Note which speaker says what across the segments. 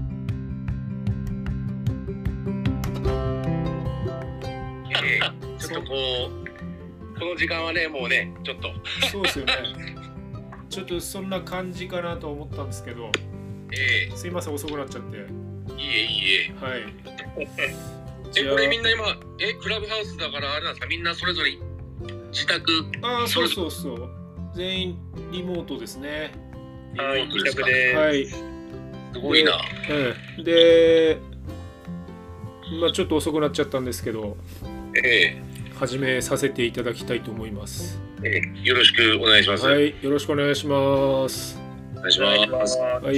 Speaker 1: ちょっとこうこの時間はねもうねちょっと
Speaker 2: そうですよね。ちょっとそんな感じかなと思ったんですけど、
Speaker 1: え
Speaker 2: すいません、遅くなっちゃって。
Speaker 1: えいいえいいえ
Speaker 2: はい。
Speaker 1: えこれみん
Speaker 2: な
Speaker 1: な今えクラブハウスだからあれなんですかみんなそれぞれ自宅
Speaker 2: ああ、そうそうそう。全員リモートですね。
Speaker 3: は
Speaker 1: リ
Speaker 3: い、
Speaker 1: モート
Speaker 3: 自
Speaker 1: ですか
Speaker 3: 宅で。
Speaker 2: はい。
Speaker 1: すごいな
Speaker 2: うんで、まあちょっと遅くなっちゃったんですけど、
Speaker 1: え
Speaker 2: 始めさせていただきたいと思います。
Speaker 1: えええよろしくお願いします、
Speaker 2: はい、よろしくお願いします。
Speaker 1: お願いし
Speaker 3: お願いし
Speaker 1: ま
Speaker 3: ますす。
Speaker 2: はい、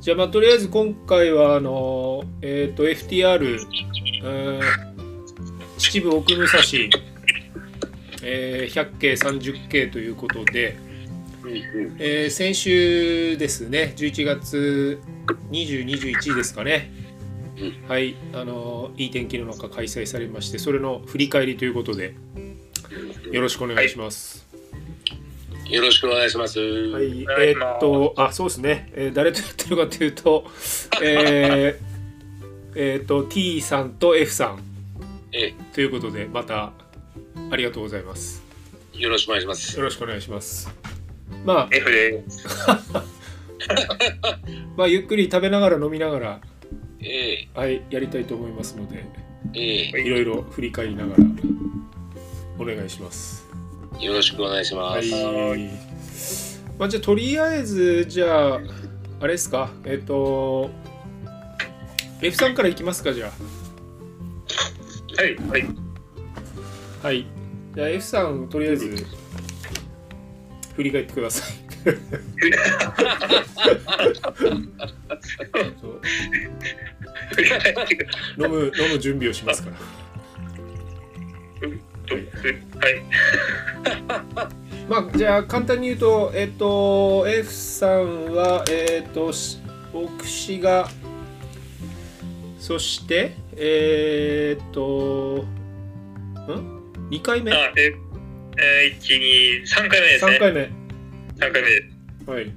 Speaker 2: じゃあ、まあ、とりあえず今回はあの、えー、と FTR、うん秩父奥武蔵、えー、100系30系ということで、
Speaker 1: うんうん
Speaker 2: えー先週ですね11月2021ですかね、はいあのいい天気の中開催されましてそれの振り返りということでよろしくお願いします。
Speaker 1: よろしくお願いします、
Speaker 2: は
Speaker 1: はい、
Speaker 2: い、
Speaker 3: お願
Speaker 2: え
Speaker 3: いします
Speaker 2: ーっと、あ、そうですね、えー誰とやってるかとい うと、えー、えーっと、T さんと F さん
Speaker 1: え
Speaker 2: ということで、またありがとうございます。
Speaker 1: えよろしくお願いします
Speaker 2: よろしくお願いします。ま
Speaker 3: F です。
Speaker 2: あ、まあ、ゆっくり食べながら飲みながら、
Speaker 1: ええ
Speaker 2: はい、やりたいと思いますので、
Speaker 1: え
Speaker 2: いろいろ振り返りながら、お願いします。
Speaker 1: えよろしくお願いします、
Speaker 2: はい
Speaker 3: は。
Speaker 2: まあ、じゃあ、とりあえず、じゃあ、あれですか、えーっと、F さんからいきますか、じゃあ。
Speaker 3: はい、はい。
Speaker 2: はい。じゃあ F さん、とりあえず振り返ってくだ さい。そう飲む飲む準備をしますから。
Speaker 3: はい。
Speaker 2: まあじゃあ簡単に言うと、えっと F さんはえっとし牧師がそしてえっとん二回目
Speaker 3: あ、え、えー、一二三回目です
Speaker 2: 三
Speaker 3: ね。
Speaker 2: 回目
Speaker 3: 三回目で
Speaker 2: はい。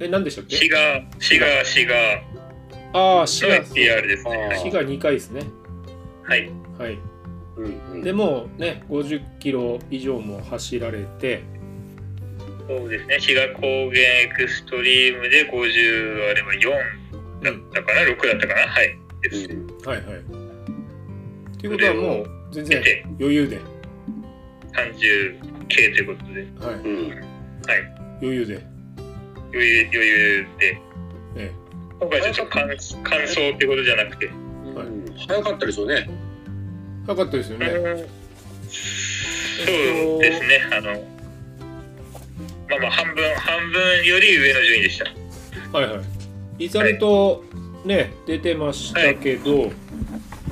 Speaker 2: え何でしたっ
Speaker 3: す。シ
Speaker 2: け？
Speaker 3: ガ、シガ、シガ
Speaker 2: ああ滋
Speaker 3: の
Speaker 2: 賀
Speaker 3: PR ですね。
Speaker 2: 滋賀二回ですね。
Speaker 3: はい。
Speaker 2: はい。
Speaker 1: うんうん
Speaker 2: でもうね50キロ以上も走られて
Speaker 3: そうですね。シガ高原エクストリームで五十あれば四だったかな、六だったかな。はい。です。
Speaker 2: はいはいということはもう全然
Speaker 3: で
Speaker 2: 余裕で、は
Speaker 3: 三十 K ということで、
Speaker 1: う
Speaker 2: い、
Speaker 1: んうん
Speaker 2: 余裕で、
Speaker 3: 余裕余裕で。
Speaker 2: え
Speaker 3: 今回ちょっと感感想ってことじゃなくて。
Speaker 2: はい
Speaker 1: 早かったですよね。
Speaker 2: え、よかったですよね
Speaker 3: そうですね、あの、まあまあ、半分、半分より上の順位でした。
Speaker 2: はいはいリザルトね出てましたけど、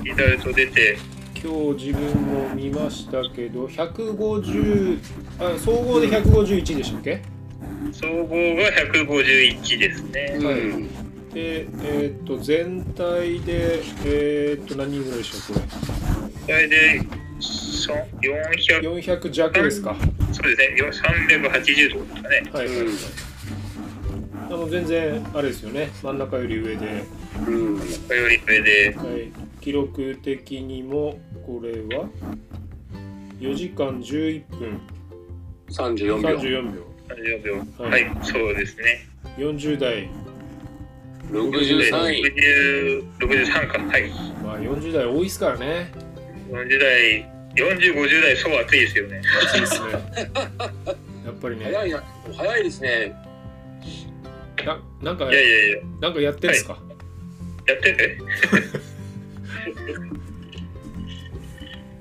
Speaker 3: リザルト出て、
Speaker 2: 今日自分も見ましたけど150あ総合で151でしたっけ、
Speaker 3: 総合が151ですね。
Speaker 2: はい
Speaker 1: うん
Speaker 2: でえーっと全体でえーっと何人ぐらいでしたこ
Speaker 3: それで、そ400、
Speaker 2: れ400弱ですか
Speaker 3: そうですね、380とかですかね。
Speaker 2: はいはいはい、あの全然あれですよね真ん中より上で、は
Speaker 1: うん
Speaker 3: それより上で、
Speaker 2: い、記録的にもこれは4時間11分
Speaker 1: 三十四秒。
Speaker 2: 34秒
Speaker 3: 34秒。
Speaker 2: はい
Speaker 3: はい、そうですね。
Speaker 2: 40代
Speaker 1: 六
Speaker 3: で
Speaker 1: 十三位。
Speaker 3: 60 63か。はい。
Speaker 2: まあ40代多いですからね
Speaker 3: 40代、40、50代、そう暑いですよね。
Speaker 2: 暑いですねやっぱりね
Speaker 1: 早いな。早いですね。
Speaker 2: ななんか
Speaker 3: いやいやいや、
Speaker 2: なんかやってんすか、
Speaker 3: やってて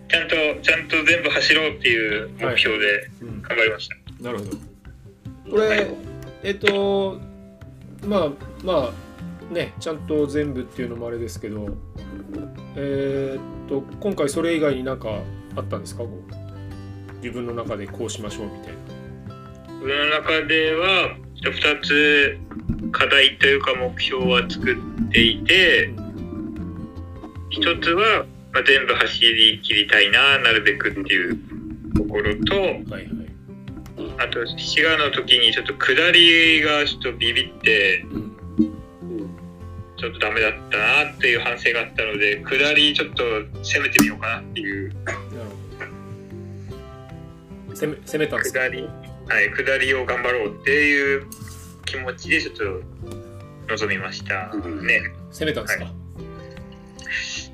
Speaker 3: ちゃんとちゃんと全部走ろうっていう目標で
Speaker 2: うん
Speaker 3: 頑張りました、
Speaker 2: なるほどこれえっとまあまあねちゃんと全部っていうのもあれですけどえーっと今回それ以外になんかあったんですかこう自分の中でこうしましょうみたいな
Speaker 3: 僕の中では2つ課題というか目標は作っていて1つは、まあ、全部走り切りたいななるべくっていうところと
Speaker 2: はいはい、
Speaker 3: あと滋賀の時にちょっと下りがちょっとビビって
Speaker 2: うん、
Speaker 3: ちょっとダメだったなっていう反省があったので下りちょっと攻めてみようかなっていう
Speaker 2: なるほ攻め攻めたんですか
Speaker 3: 下り、はい、下りを頑張ろうっていう気持ちでちょっと臨みました
Speaker 1: うん
Speaker 3: ね。
Speaker 2: 攻めたんですか、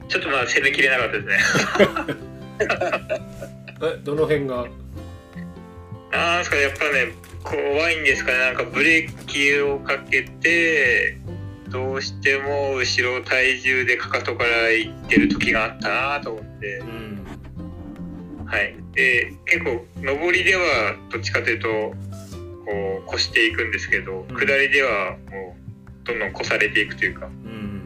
Speaker 3: ちょっとまだ攻めきれなかったですね。
Speaker 2: えどの辺が
Speaker 3: なんですかやっぱね怖いんですかねなんかブレーキをかけてどうしても後ろ体重でかかとから行ってる時があったなと思って
Speaker 2: うん
Speaker 3: はいで結構上りではどっちかというとこう越していくんですけど
Speaker 2: ん
Speaker 3: 下りではもうどんどん越されていくというか
Speaker 2: うん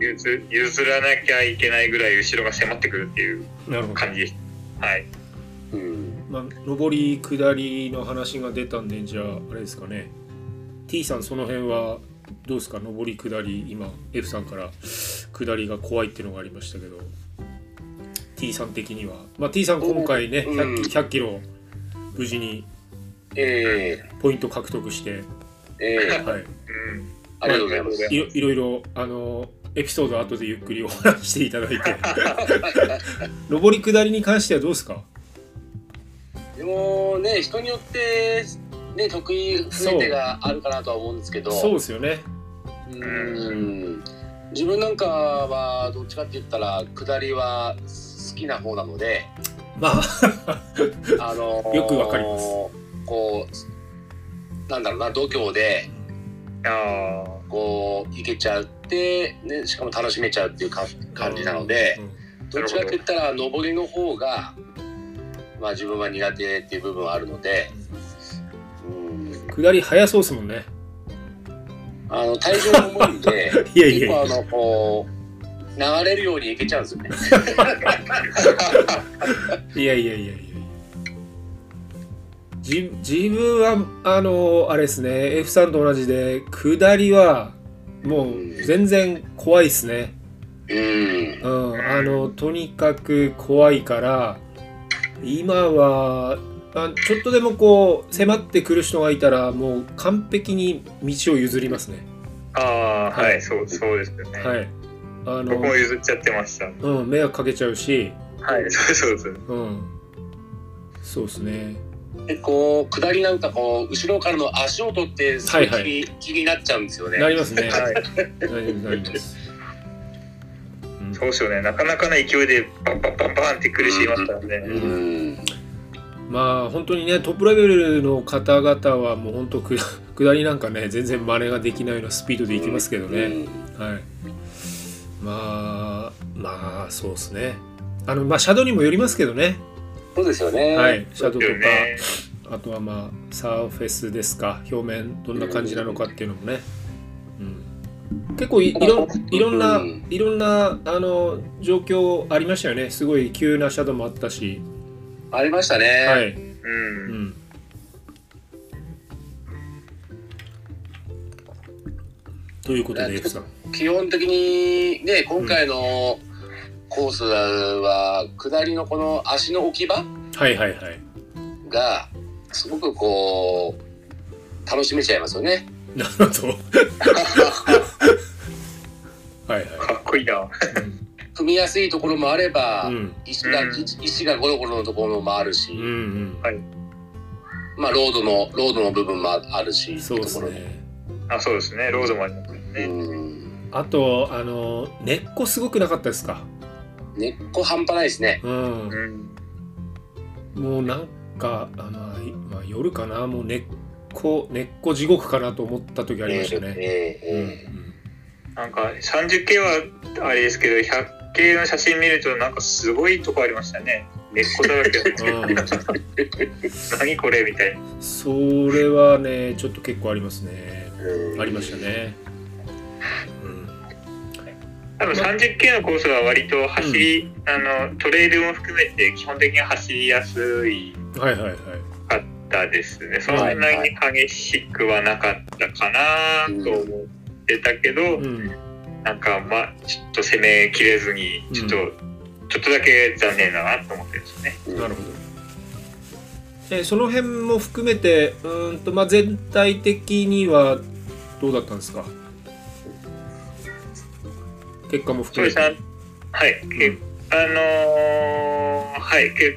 Speaker 3: 譲譲らなきゃいけないぐらい後ろが迫ってくるっていう
Speaker 2: なるほど、
Speaker 3: 感じでしたはい
Speaker 1: うん
Speaker 2: まあ、上り下りの話が出たんでじゃああれですかね T さんその辺はどうですか上り下り今 F さんから下りが怖いっていうのがありましたけど T さん的には、まあ、T さん今回ね
Speaker 1: うん
Speaker 2: 100, 100キロ無事に
Speaker 1: え
Speaker 2: ポイント獲得して、
Speaker 1: ええ え
Speaker 2: はい、
Speaker 3: うん
Speaker 1: ありがとうございます。
Speaker 2: いろいろいろあのエピソード後でゆっくりお話ししていただい て上り下りに関してはどうですか
Speaker 1: でもね、人によって、ね、得意不得手があるかなとは思うんですけど、
Speaker 2: そうですよね
Speaker 1: うん自分なんかはどっちかって言ったら下りは好きな方なの で、
Speaker 2: まあ
Speaker 1: あのー
Speaker 2: よくわかります
Speaker 1: こうなんだろうな度胸で
Speaker 3: ああ
Speaker 1: こういけちゃって、ね、しかも楽しめちゃうっていうか感じなので、
Speaker 2: うん
Speaker 1: どっちかって言ったら上りの方が、まあ、自分は苦手っていう部分はあるので、うん、
Speaker 2: 下り早そうですもんね。
Speaker 1: あの体重が重いんで
Speaker 2: いやい
Speaker 1: 結
Speaker 2: や
Speaker 1: 構あ
Speaker 2: いや。
Speaker 1: のこう流れるようにいけちゃうんですよね。
Speaker 2: いやいやいやいや。じ自分はあのあれですね F さんと同じで下りはもう全然怖いですね。
Speaker 1: うん
Speaker 2: うん、あのとにかく怖いから今はあちょっとでもこう迫ってくる人がいたらもう完璧に道を譲りますね。
Speaker 3: あー
Speaker 2: は
Speaker 3: はいいそうそうですよね
Speaker 2: はい。あの
Speaker 3: 僕も譲っちゃってました
Speaker 2: うん迷惑かけちゃうし、
Speaker 3: はい、 そうそうそう。
Speaker 2: うん、そうですね。
Speaker 1: でこう下りなんかこう後ろからの足を取ってすごい気に,、
Speaker 2: はいは
Speaker 1: 気になっちゃうんですよね。
Speaker 2: なりますね。
Speaker 3: はい、
Speaker 2: 大丈夫大丈夫です。うん
Speaker 3: そうですよね。なかなかな勢いでバンバンバンバンって苦しみましたので、
Speaker 1: う
Speaker 3: ね。
Speaker 1: ん
Speaker 2: まあ本当にねトップレベルの方々はもう本当く下りなんかね 全然真似ができないようなスピードでいきますけどね、はいまあまあそうですねあのまあシャドウにもよりますけどね、
Speaker 1: うんそうですよね。
Speaker 2: はいシャドウと
Speaker 3: で
Speaker 2: か、
Speaker 3: すね。
Speaker 2: あとはまあサーフェスですか表面どんな感じなのかっていうのもね、うん、結構いいろんいろんな
Speaker 1: うん
Speaker 2: いろんなあの状況ありましたよねすごい急なシャドウもあったし、
Speaker 1: ありましたね。
Speaker 2: はい、
Speaker 3: う。
Speaker 2: うんん。ということで、F さん。
Speaker 1: 基本的にね今回のコースは下りのこの足の置き場
Speaker 2: はいはいはい。
Speaker 1: がすごくこう楽しめちゃいますよね。
Speaker 2: なるほど。 はいは
Speaker 3: かっこいいな。
Speaker 1: 踏みやすいところもあれば、
Speaker 2: い。うん。
Speaker 1: 石が
Speaker 3: うん
Speaker 1: 石がゴロゴロのところもあるし、
Speaker 2: うんうん。
Speaker 1: まあロードのロードの部分もあるし、
Speaker 2: そうです
Speaker 1: っていう
Speaker 2: ね。
Speaker 3: あ、そうですね。ロードもあります
Speaker 1: とこ
Speaker 3: ね。
Speaker 1: ろうん
Speaker 2: あと、あの、根っこすごくなかったですか。
Speaker 1: 根っこ半端ないですね。
Speaker 2: うん
Speaker 3: う。ん。
Speaker 2: もうなんか、あの、いまあ、夜かな、もう根っこ、根っこ地獄かなと思った時ありましたね。
Speaker 1: ええ
Speaker 2: うん
Speaker 1: ええ
Speaker 3: なんか30系はあれですけど、100系の写真見るとなんかすごいとこありましたね。根っこだらけだった。
Speaker 2: うん。うん
Speaker 3: 何これみたいな。
Speaker 2: それはね、ちょっと結構ありますね。
Speaker 1: うん
Speaker 2: ありましたね。
Speaker 3: 多分30系のコースは割と走り、あのトレイルも含めて基本的に走りやすい。
Speaker 2: うん、はいはいはい。
Speaker 3: ったですね。そんなに激しくはなかったかなと思ってたけど、
Speaker 2: うん、
Speaker 3: なんかまあちょっと攻めきれずにちょっと、
Speaker 2: う
Speaker 3: ちょっとだけ残念だなと思ってですね。
Speaker 2: なるほど。えーその辺も含めて、うーんとまあ全体的にはどうだったんですか。結果も
Speaker 3: そ
Speaker 2: 含
Speaker 3: うで
Speaker 2: め
Speaker 3: すね
Speaker 2: て。。
Speaker 3: はい。けあのーはい結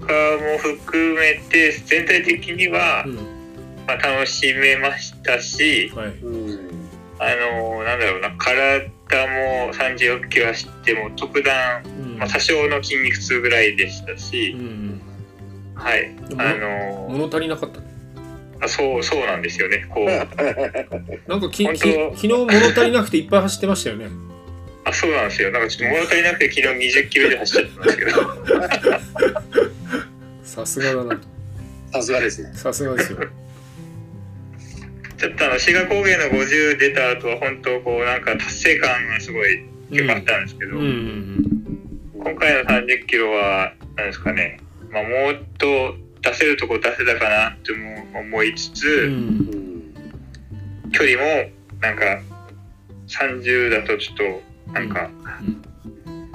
Speaker 3: 果かも含めて全体的には
Speaker 2: う、ん
Speaker 3: まあ、楽しめましたし
Speaker 2: はい
Speaker 1: うん
Speaker 3: あのなんだろうな体も34キロ走っても特段、
Speaker 2: うん
Speaker 3: まあ、多少の筋肉痛ぐらいでした
Speaker 2: う
Speaker 3: し、
Speaker 2: ん
Speaker 3: はい
Speaker 2: でも
Speaker 3: あの
Speaker 2: 物足りなかった
Speaker 3: あそうそうなんですよねこう
Speaker 2: なんかき
Speaker 3: 本
Speaker 2: き
Speaker 3: 当
Speaker 2: 昨日物足りなくていっぱい走ってましたよね
Speaker 3: あそうなんですよなんかちょっと物足りなくて昨日20キロ以上走っちゃったんですけど
Speaker 2: さすがだな
Speaker 1: さすがですね。
Speaker 2: さすがですよ
Speaker 3: ちょっとあの志賀高原の50出た後は本当こうなんか達成感がすご い良かったんですけど、
Speaker 2: うんうん
Speaker 3: 今回の30キロはなんですかね、まあ、もっと出せるとこ出せたかなっても思いつ
Speaker 2: うんうん
Speaker 3: つ、
Speaker 1: うん
Speaker 3: 距離もなんか30だとちょっとなんか、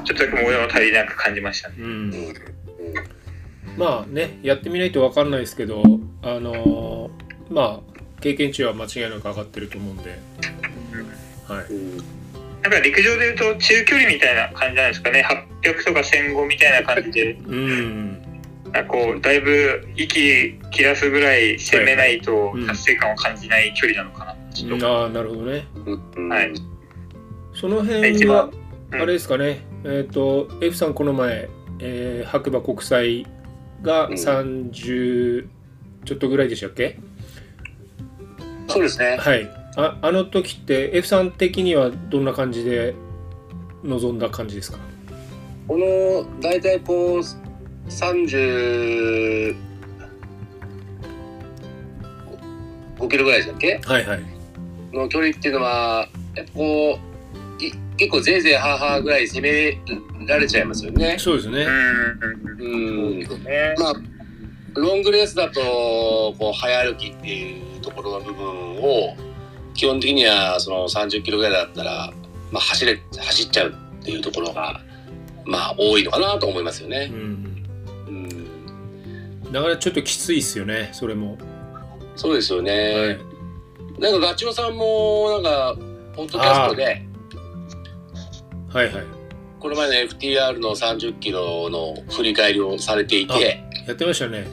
Speaker 3: ちょっとだけ物足りなく感じましたね。
Speaker 2: うん
Speaker 1: うん
Speaker 2: まあねやってみないと分かんないですけどあのーまあ経験値は間違いなく上がってると思うんで、は
Speaker 1: う
Speaker 2: い、
Speaker 1: ん
Speaker 3: なんか陸上でいうと中距離みたいな感じなんですかね800とか1500みたいな感じで
Speaker 2: うん
Speaker 3: なんかこうだいぶ息切らすぐらい攻めないと
Speaker 2: はいうん
Speaker 3: 達成感を感じない距離なのかなちょっと
Speaker 2: ああなるほどね
Speaker 1: うん
Speaker 3: はい
Speaker 2: その
Speaker 3: 一
Speaker 2: 辺は
Speaker 3: 番
Speaker 2: あ
Speaker 3: うん
Speaker 2: れですかねえっ、と F さんこの前、えー白馬国際が
Speaker 1: うん
Speaker 2: 30ちょっとぐらいでしたっけ、
Speaker 1: そうですね。
Speaker 2: はいああの時って F さん的にはどんな感じで臨んだ感じですか
Speaker 1: この大体こう35キロぐらいでしたっけ
Speaker 2: はいはい
Speaker 1: の距離っていうのはやっぱこうい結構ぜいぜいはーはーぐらい攻められちゃいますよね。
Speaker 2: そうですね
Speaker 3: うん
Speaker 1: うん
Speaker 3: ね
Speaker 1: まあロングレースだとこう早歩きっていうところの部分を基本的にはその30キロぐらいだったら、まあ、走れ走っちゃうっていうところが、まあ、多いのかなと思いますよ
Speaker 2: う
Speaker 1: ね。
Speaker 2: ん
Speaker 1: うん、
Speaker 2: だからちょっときついっすよねそれも、
Speaker 1: そうですよね。
Speaker 2: はい
Speaker 1: なんかガチオさんもなんかポッドキャストで
Speaker 2: はいはい
Speaker 1: この前の FTR の30キロの振り返りをされていて、
Speaker 2: やってましたね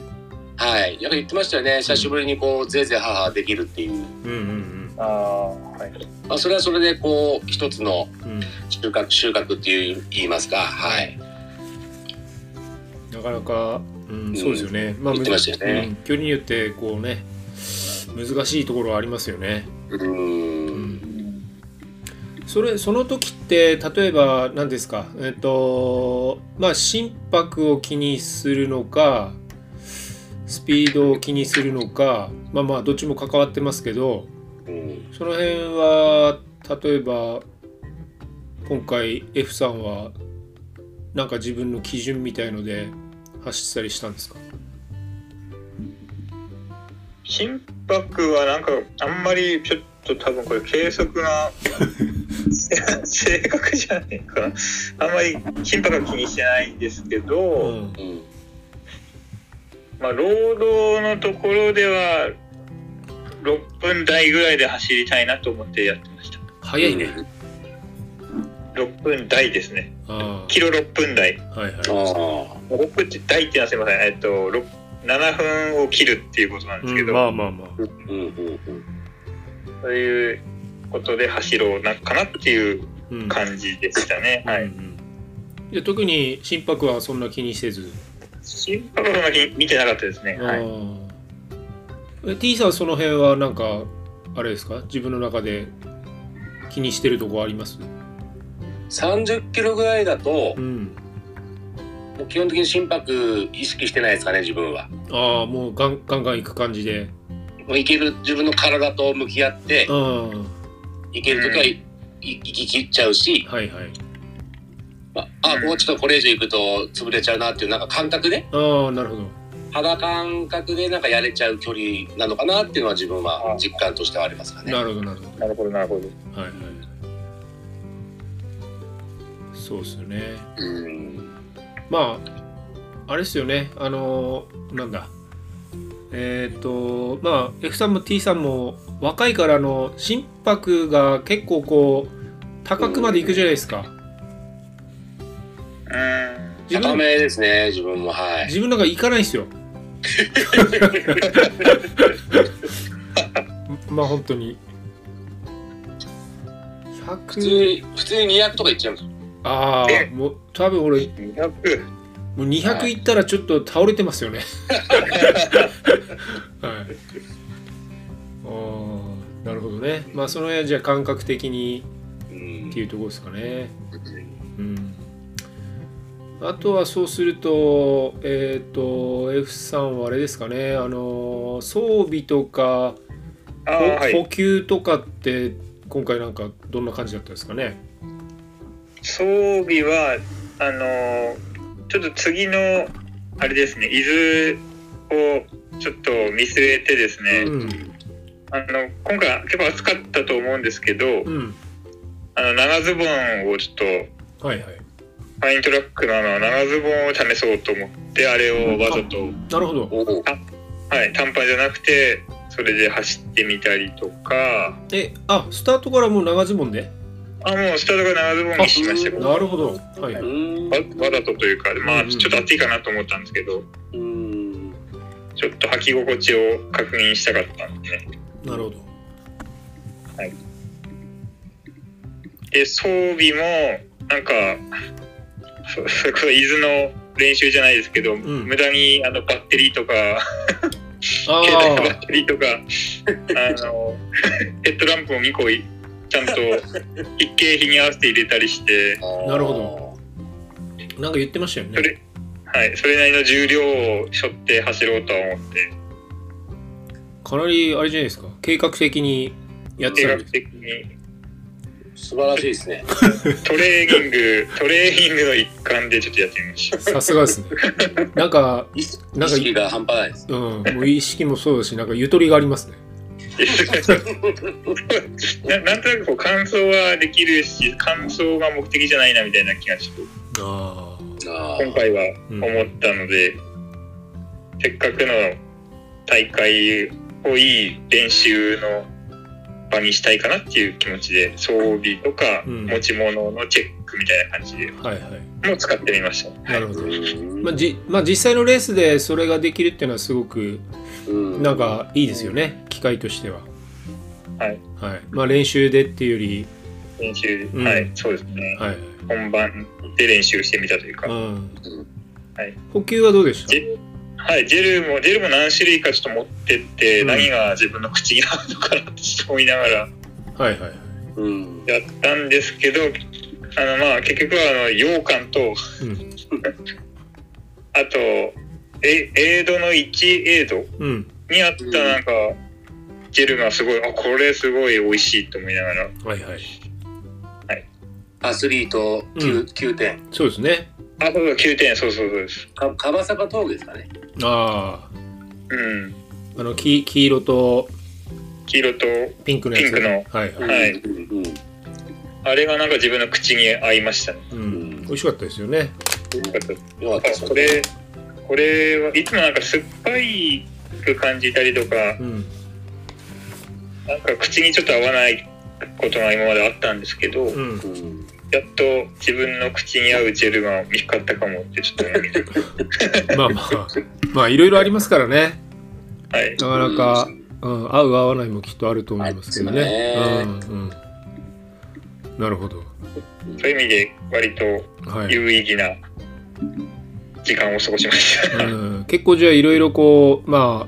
Speaker 1: はい、なんか言ってましたよね。久しぶりにこうぜいぜいはーはーできるっていう。
Speaker 2: うんうん
Speaker 3: ああはい
Speaker 1: まあ、それはそれでこう一つの
Speaker 2: うんうん
Speaker 1: 収穫収穫っていう言いますか、はい、
Speaker 2: なかなか、うん
Speaker 1: ん
Speaker 2: そうですよねま
Speaker 1: 言ってましたよね
Speaker 2: うん距離によってこうね難しいところはありますよね、
Speaker 1: う
Speaker 2: う
Speaker 1: ーん、
Speaker 2: ん、それその時って例えば何ですかえっとまあ心拍を気にするのかスピードを気にするのかまあまあどっちも関わってますけど
Speaker 1: うん、
Speaker 2: その辺は例えば今回 F さんはなんか自分の基準みたいので走ったりしたんですか
Speaker 3: 心拍はなんかあんまりちょっと多分これ計 測が正確じゃないかなあんまり心拍は気にしてないんですけど、
Speaker 2: うん
Speaker 1: うん、
Speaker 3: まあ労働のところでは6分台ぐらいで走りたいなと思ってやってました
Speaker 2: 早いね。
Speaker 3: 6分台ですね
Speaker 2: あ
Speaker 3: キロ6分台
Speaker 2: あはいはい
Speaker 1: あ。あ、
Speaker 3: 6分台っていうのはすいませんえっと6 7分を切るっていうことなんですけど、
Speaker 2: うんまあまあまあ。
Speaker 1: うんうんうん、
Speaker 3: そういうことで走ろうなかなっていう
Speaker 2: うん
Speaker 3: 感じでしたね、はい
Speaker 2: うんうんで特に心拍はそんな気にせず。
Speaker 3: 心拍はそんなに見てなかったですね。
Speaker 2: あ
Speaker 3: はい、
Speaker 2: ーえ T さんその辺はなんかあれですか自分の中で気にしてるとこあります
Speaker 1: 三十キロぐらいだと
Speaker 2: う、ん。
Speaker 1: もう基本的に心拍意識してないですかね、自分は。
Speaker 2: ああもうガンガンガンいく感じで。
Speaker 1: もういける自分の体と向き合って、
Speaker 2: うん。
Speaker 1: いける時はい、い行き切っちゃうし、
Speaker 2: はいはい。
Speaker 1: まあ、あ、もうちょっとこれ以上行くと潰れちゃうなっていうなんか感覚で、
Speaker 2: ああなるほど。
Speaker 1: 肌感覚でなんかやれちゃう距離なのかなっていうのは自分は実感としてはありますかね。
Speaker 2: なるほどなるほ
Speaker 3: なるほど、なるほど。
Speaker 2: ど。はいはい。そうですよね。
Speaker 1: うん、
Speaker 2: まああれですよねあのなんだえっ、とまあ F さんも T さんも若いからあの心拍が結構こう高くまでいくじゃないですか、
Speaker 3: うーん。
Speaker 2: 自
Speaker 1: 高
Speaker 2: 分
Speaker 1: めですね、自分も。はい。
Speaker 2: 自分なんか行かないんで すよまあ本当に
Speaker 1: 普通
Speaker 2: 100
Speaker 1: に、普通に200とかいっちゃうんですよ。
Speaker 2: ああもう多分俺
Speaker 3: 200
Speaker 2: もう200いったらちょっと倒れてますよ ね。はい、ああなるほどね。まあその辺はじゃあ感覚的に
Speaker 1: う
Speaker 2: ってい
Speaker 1: ん。
Speaker 2: うところですかね。うん、あとはそうすると,、えー、と F さんはあれですかねあの装備とか
Speaker 3: あ
Speaker 2: 補
Speaker 3: あはい
Speaker 2: 補給とかって今回なんかどんな感じだったですかね。
Speaker 3: 装備はあのーちょっと次のあれですね伊豆をちょっと見据えてですね、
Speaker 2: うん
Speaker 3: あの今回結構暑かったと思うんですけど、
Speaker 2: うん、
Speaker 3: あの長ズボンをちょっと
Speaker 2: はいはい。
Speaker 3: ファイントラックのあの長ズボンを試そうと思ってあれをわざと、
Speaker 2: なるほど。
Speaker 1: おお。
Speaker 3: はい、短パンじゃなくてそれで走ってみたりとか
Speaker 2: えあスタートからもう長ズボンで
Speaker 3: あもうスタートが長ズボンにしましたよ
Speaker 2: なるほど。はい、はい。
Speaker 1: うん
Speaker 3: わわざとというか、
Speaker 2: う
Speaker 3: まあ、
Speaker 2: んうん
Speaker 3: ちょっと暑いかなと思ったんですけど
Speaker 1: うん。
Speaker 3: ちょっと履き心地を確認したかったんでね
Speaker 2: なるほど。
Speaker 3: で装備もなんかそ それこそ伊豆の練習じゃないですけど、
Speaker 2: ん
Speaker 3: 無駄にあのバッテリーとか
Speaker 2: あ
Speaker 3: 携帯のバ
Speaker 2: あ
Speaker 3: ッテリーとかあの ヘッドランプを2個いち ゃんと一景日に合わせて入れたりして、
Speaker 2: なるほなんか言ってましたよ
Speaker 3: そ
Speaker 2: ね。
Speaker 3: れはい、それなりの重量を背負って走ろうとは思って
Speaker 2: かなりあれじゃないですか。計画的にやって
Speaker 3: 計
Speaker 2: た
Speaker 3: 画
Speaker 2: んです。
Speaker 3: 的に
Speaker 1: ど。素晴らしいですね。
Speaker 3: トレーニングトレーニングの一環でちょっとやってみ ました。
Speaker 2: さすが ですね。なんか、
Speaker 1: 意識
Speaker 2: なんか
Speaker 1: 意識が半端ないです。
Speaker 2: うん、もう意識もそうだし、なんかゆとりがありますね。
Speaker 3: ななんとなくこう完走はできるし完走が目的じゃないなみたいな気がちょっ
Speaker 2: あ
Speaker 1: あ
Speaker 3: と今回は
Speaker 2: あ、うん、
Speaker 3: 思ったので、せっかくの大会をいい練習の場にしたいかなっていう気持ちで装備とか
Speaker 2: うん
Speaker 3: 持ち物のチェックみたいな感じで
Speaker 2: はいはい。
Speaker 3: もう使ってみました。
Speaker 2: なるほど。
Speaker 1: うん
Speaker 2: まあ、じまあ、実際のレースでそれができるっていうのはすごく
Speaker 1: うん
Speaker 2: なんかいいですよね、機会としては。
Speaker 3: はい。
Speaker 2: はい、まあ練習でっていうより、
Speaker 3: 練習、
Speaker 2: うん
Speaker 3: はい、そうですね。
Speaker 2: はいはい。
Speaker 3: 本番で練習してみたというか、
Speaker 2: うん
Speaker 3: はい。
Speaker 2: 補給はどうでした
Speaker 3: ジェはい、ジェルも、ジェルも何種類かちょっと持ってって、
Speaker 2: うん
Speaker 3: 何が自分の口に合うのかなってちょっと思いながら
Speaker 2: はいはいはい。
Speaker 1: うん。
Speaker 3: やったんですけど、あの、まあ、結局は、あの、羊羹と、
Speaker 2: うん。
Speaker 3: あと、えエイドの1エイド
Speaker 2: うん。
Speaker 3: にあったなんか、ジェルがすごい、あ、これすごい美味しいと思いながら、
Speaker 2: はいはい。
Speaker 1: アスリート 9,、
Speaker 2: うん
Speaker 1: 9点。
Speaker 2: そうですね。
Speaker 3: あ、そうそう、9点、そうそうそうです。
Speaker 1: か川坂峠ですかね。
Speaker 2: あ
Speaker 3: うん。
Speaker 2: あ、あの黄黄色と
Speaker 3: 黄色と、
Speaker 2: ピンクのやつ。
Speaker 3: ピンクの
Speaker 2: はいはい。
Speaker 3: はい
Speaker 1: うん
Speaker 3: あれがなんか自分の口に合いましたね。
Speaker 2: うん。美味しかったですよね。
Speaker 3: よかったです
Speaker 1: うん、よかったです
Speaker 3: あこれこれはいつもなんか酸っぱいく感じたりとか
Speaker 2: うん。
Speaker 3: なんか口にちょっと合わないことが今まであったんですけど、
Speaker 2: う
Speaker 3: やっ
Speaker 2: ん
Speaker 1: う。ん
Speaker 3: と自分の口に合うジェルが見つかったかもってちょっと思いま し
Speaker 2: まあまあ、まあいろいろありますからね。
Speaker 3: たはい
Speaker 2: なかなか、うん、合う合わないもきっとあると思いますけどね。
Speaker 1: あ
Speaker 2: うんうん。なるほど。
Speaker 3: そういう意味で割と
Speaker 2: はい。
Speaker 3: 有意義な時間を過ごしました
Speaker 2: うん、結構じゃあいろいろこう、ま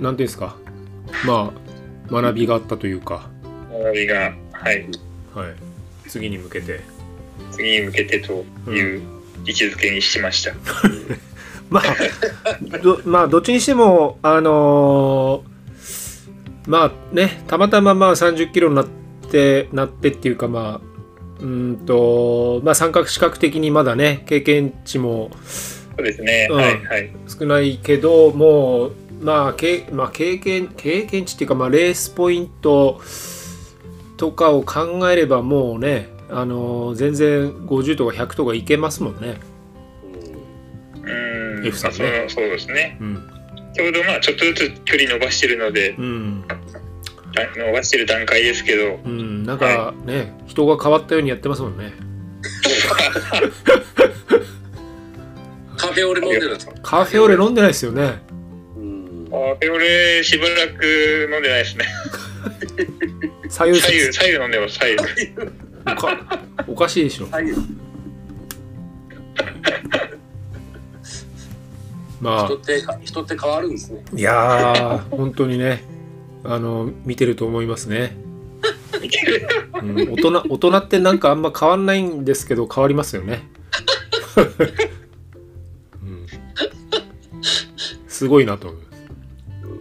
Speaker 2: あ、なんていうんですか。まあ、学びがあったというか、
Speaker 3: 学びがはい
Speaker 2: はい。次に向けて。
Speaker 3: 次に向けてという位置づけにしました、
Speaker 2: まあ、ど まあどっちにしてもあのーまあねたまたままあ30キロになってなってっていうかまあうーんとまあ三角視覚的にまだね経験値も
Speaker 3: そうですね、
Speaker 2: うん
Speaker 3: はいはい
Speaker 2: 少ないけどもうまあけ、まあ、経験経験値っていうかまあレースポイントとかを考えればもうねあのー全然50とか100とかいけますもんね。
Speaker 3: うん
Speaker 2: F さんね
Speaker 3: あそうそうですね
Speaker 2: うん。
Speaker 3: ちょうどまあちょっとずつ距離伸ばしてるので
Speaker 2: うん。
Speaker 3: だ伸ばしてる段階ですけど
Speaker 2: うん、なんかね、人が変わったようにやってますもんね。
Speaker 1: フェオレ飲んでるんですか
Speaker 2: カフェオレ飲んでないですよね。
Speaker 1: うん
Speaker 3: あで俺しばらく飲んでないですね
Speaker 2: 左右
Speaker 3: 左右左右飲んでます左右
Speaker 2: おか おかしいでしょ。
Speaker 1: 左右
Speaker 2: ま
Speaker 1: 人って人って変わるんですね
Speaker 2: あ、いやー、本当にね、あの、見てると思いますね。うん、大人 大人ってなんかあんま変わんないんですけど変わりますよね、 うん、すごいなと思いま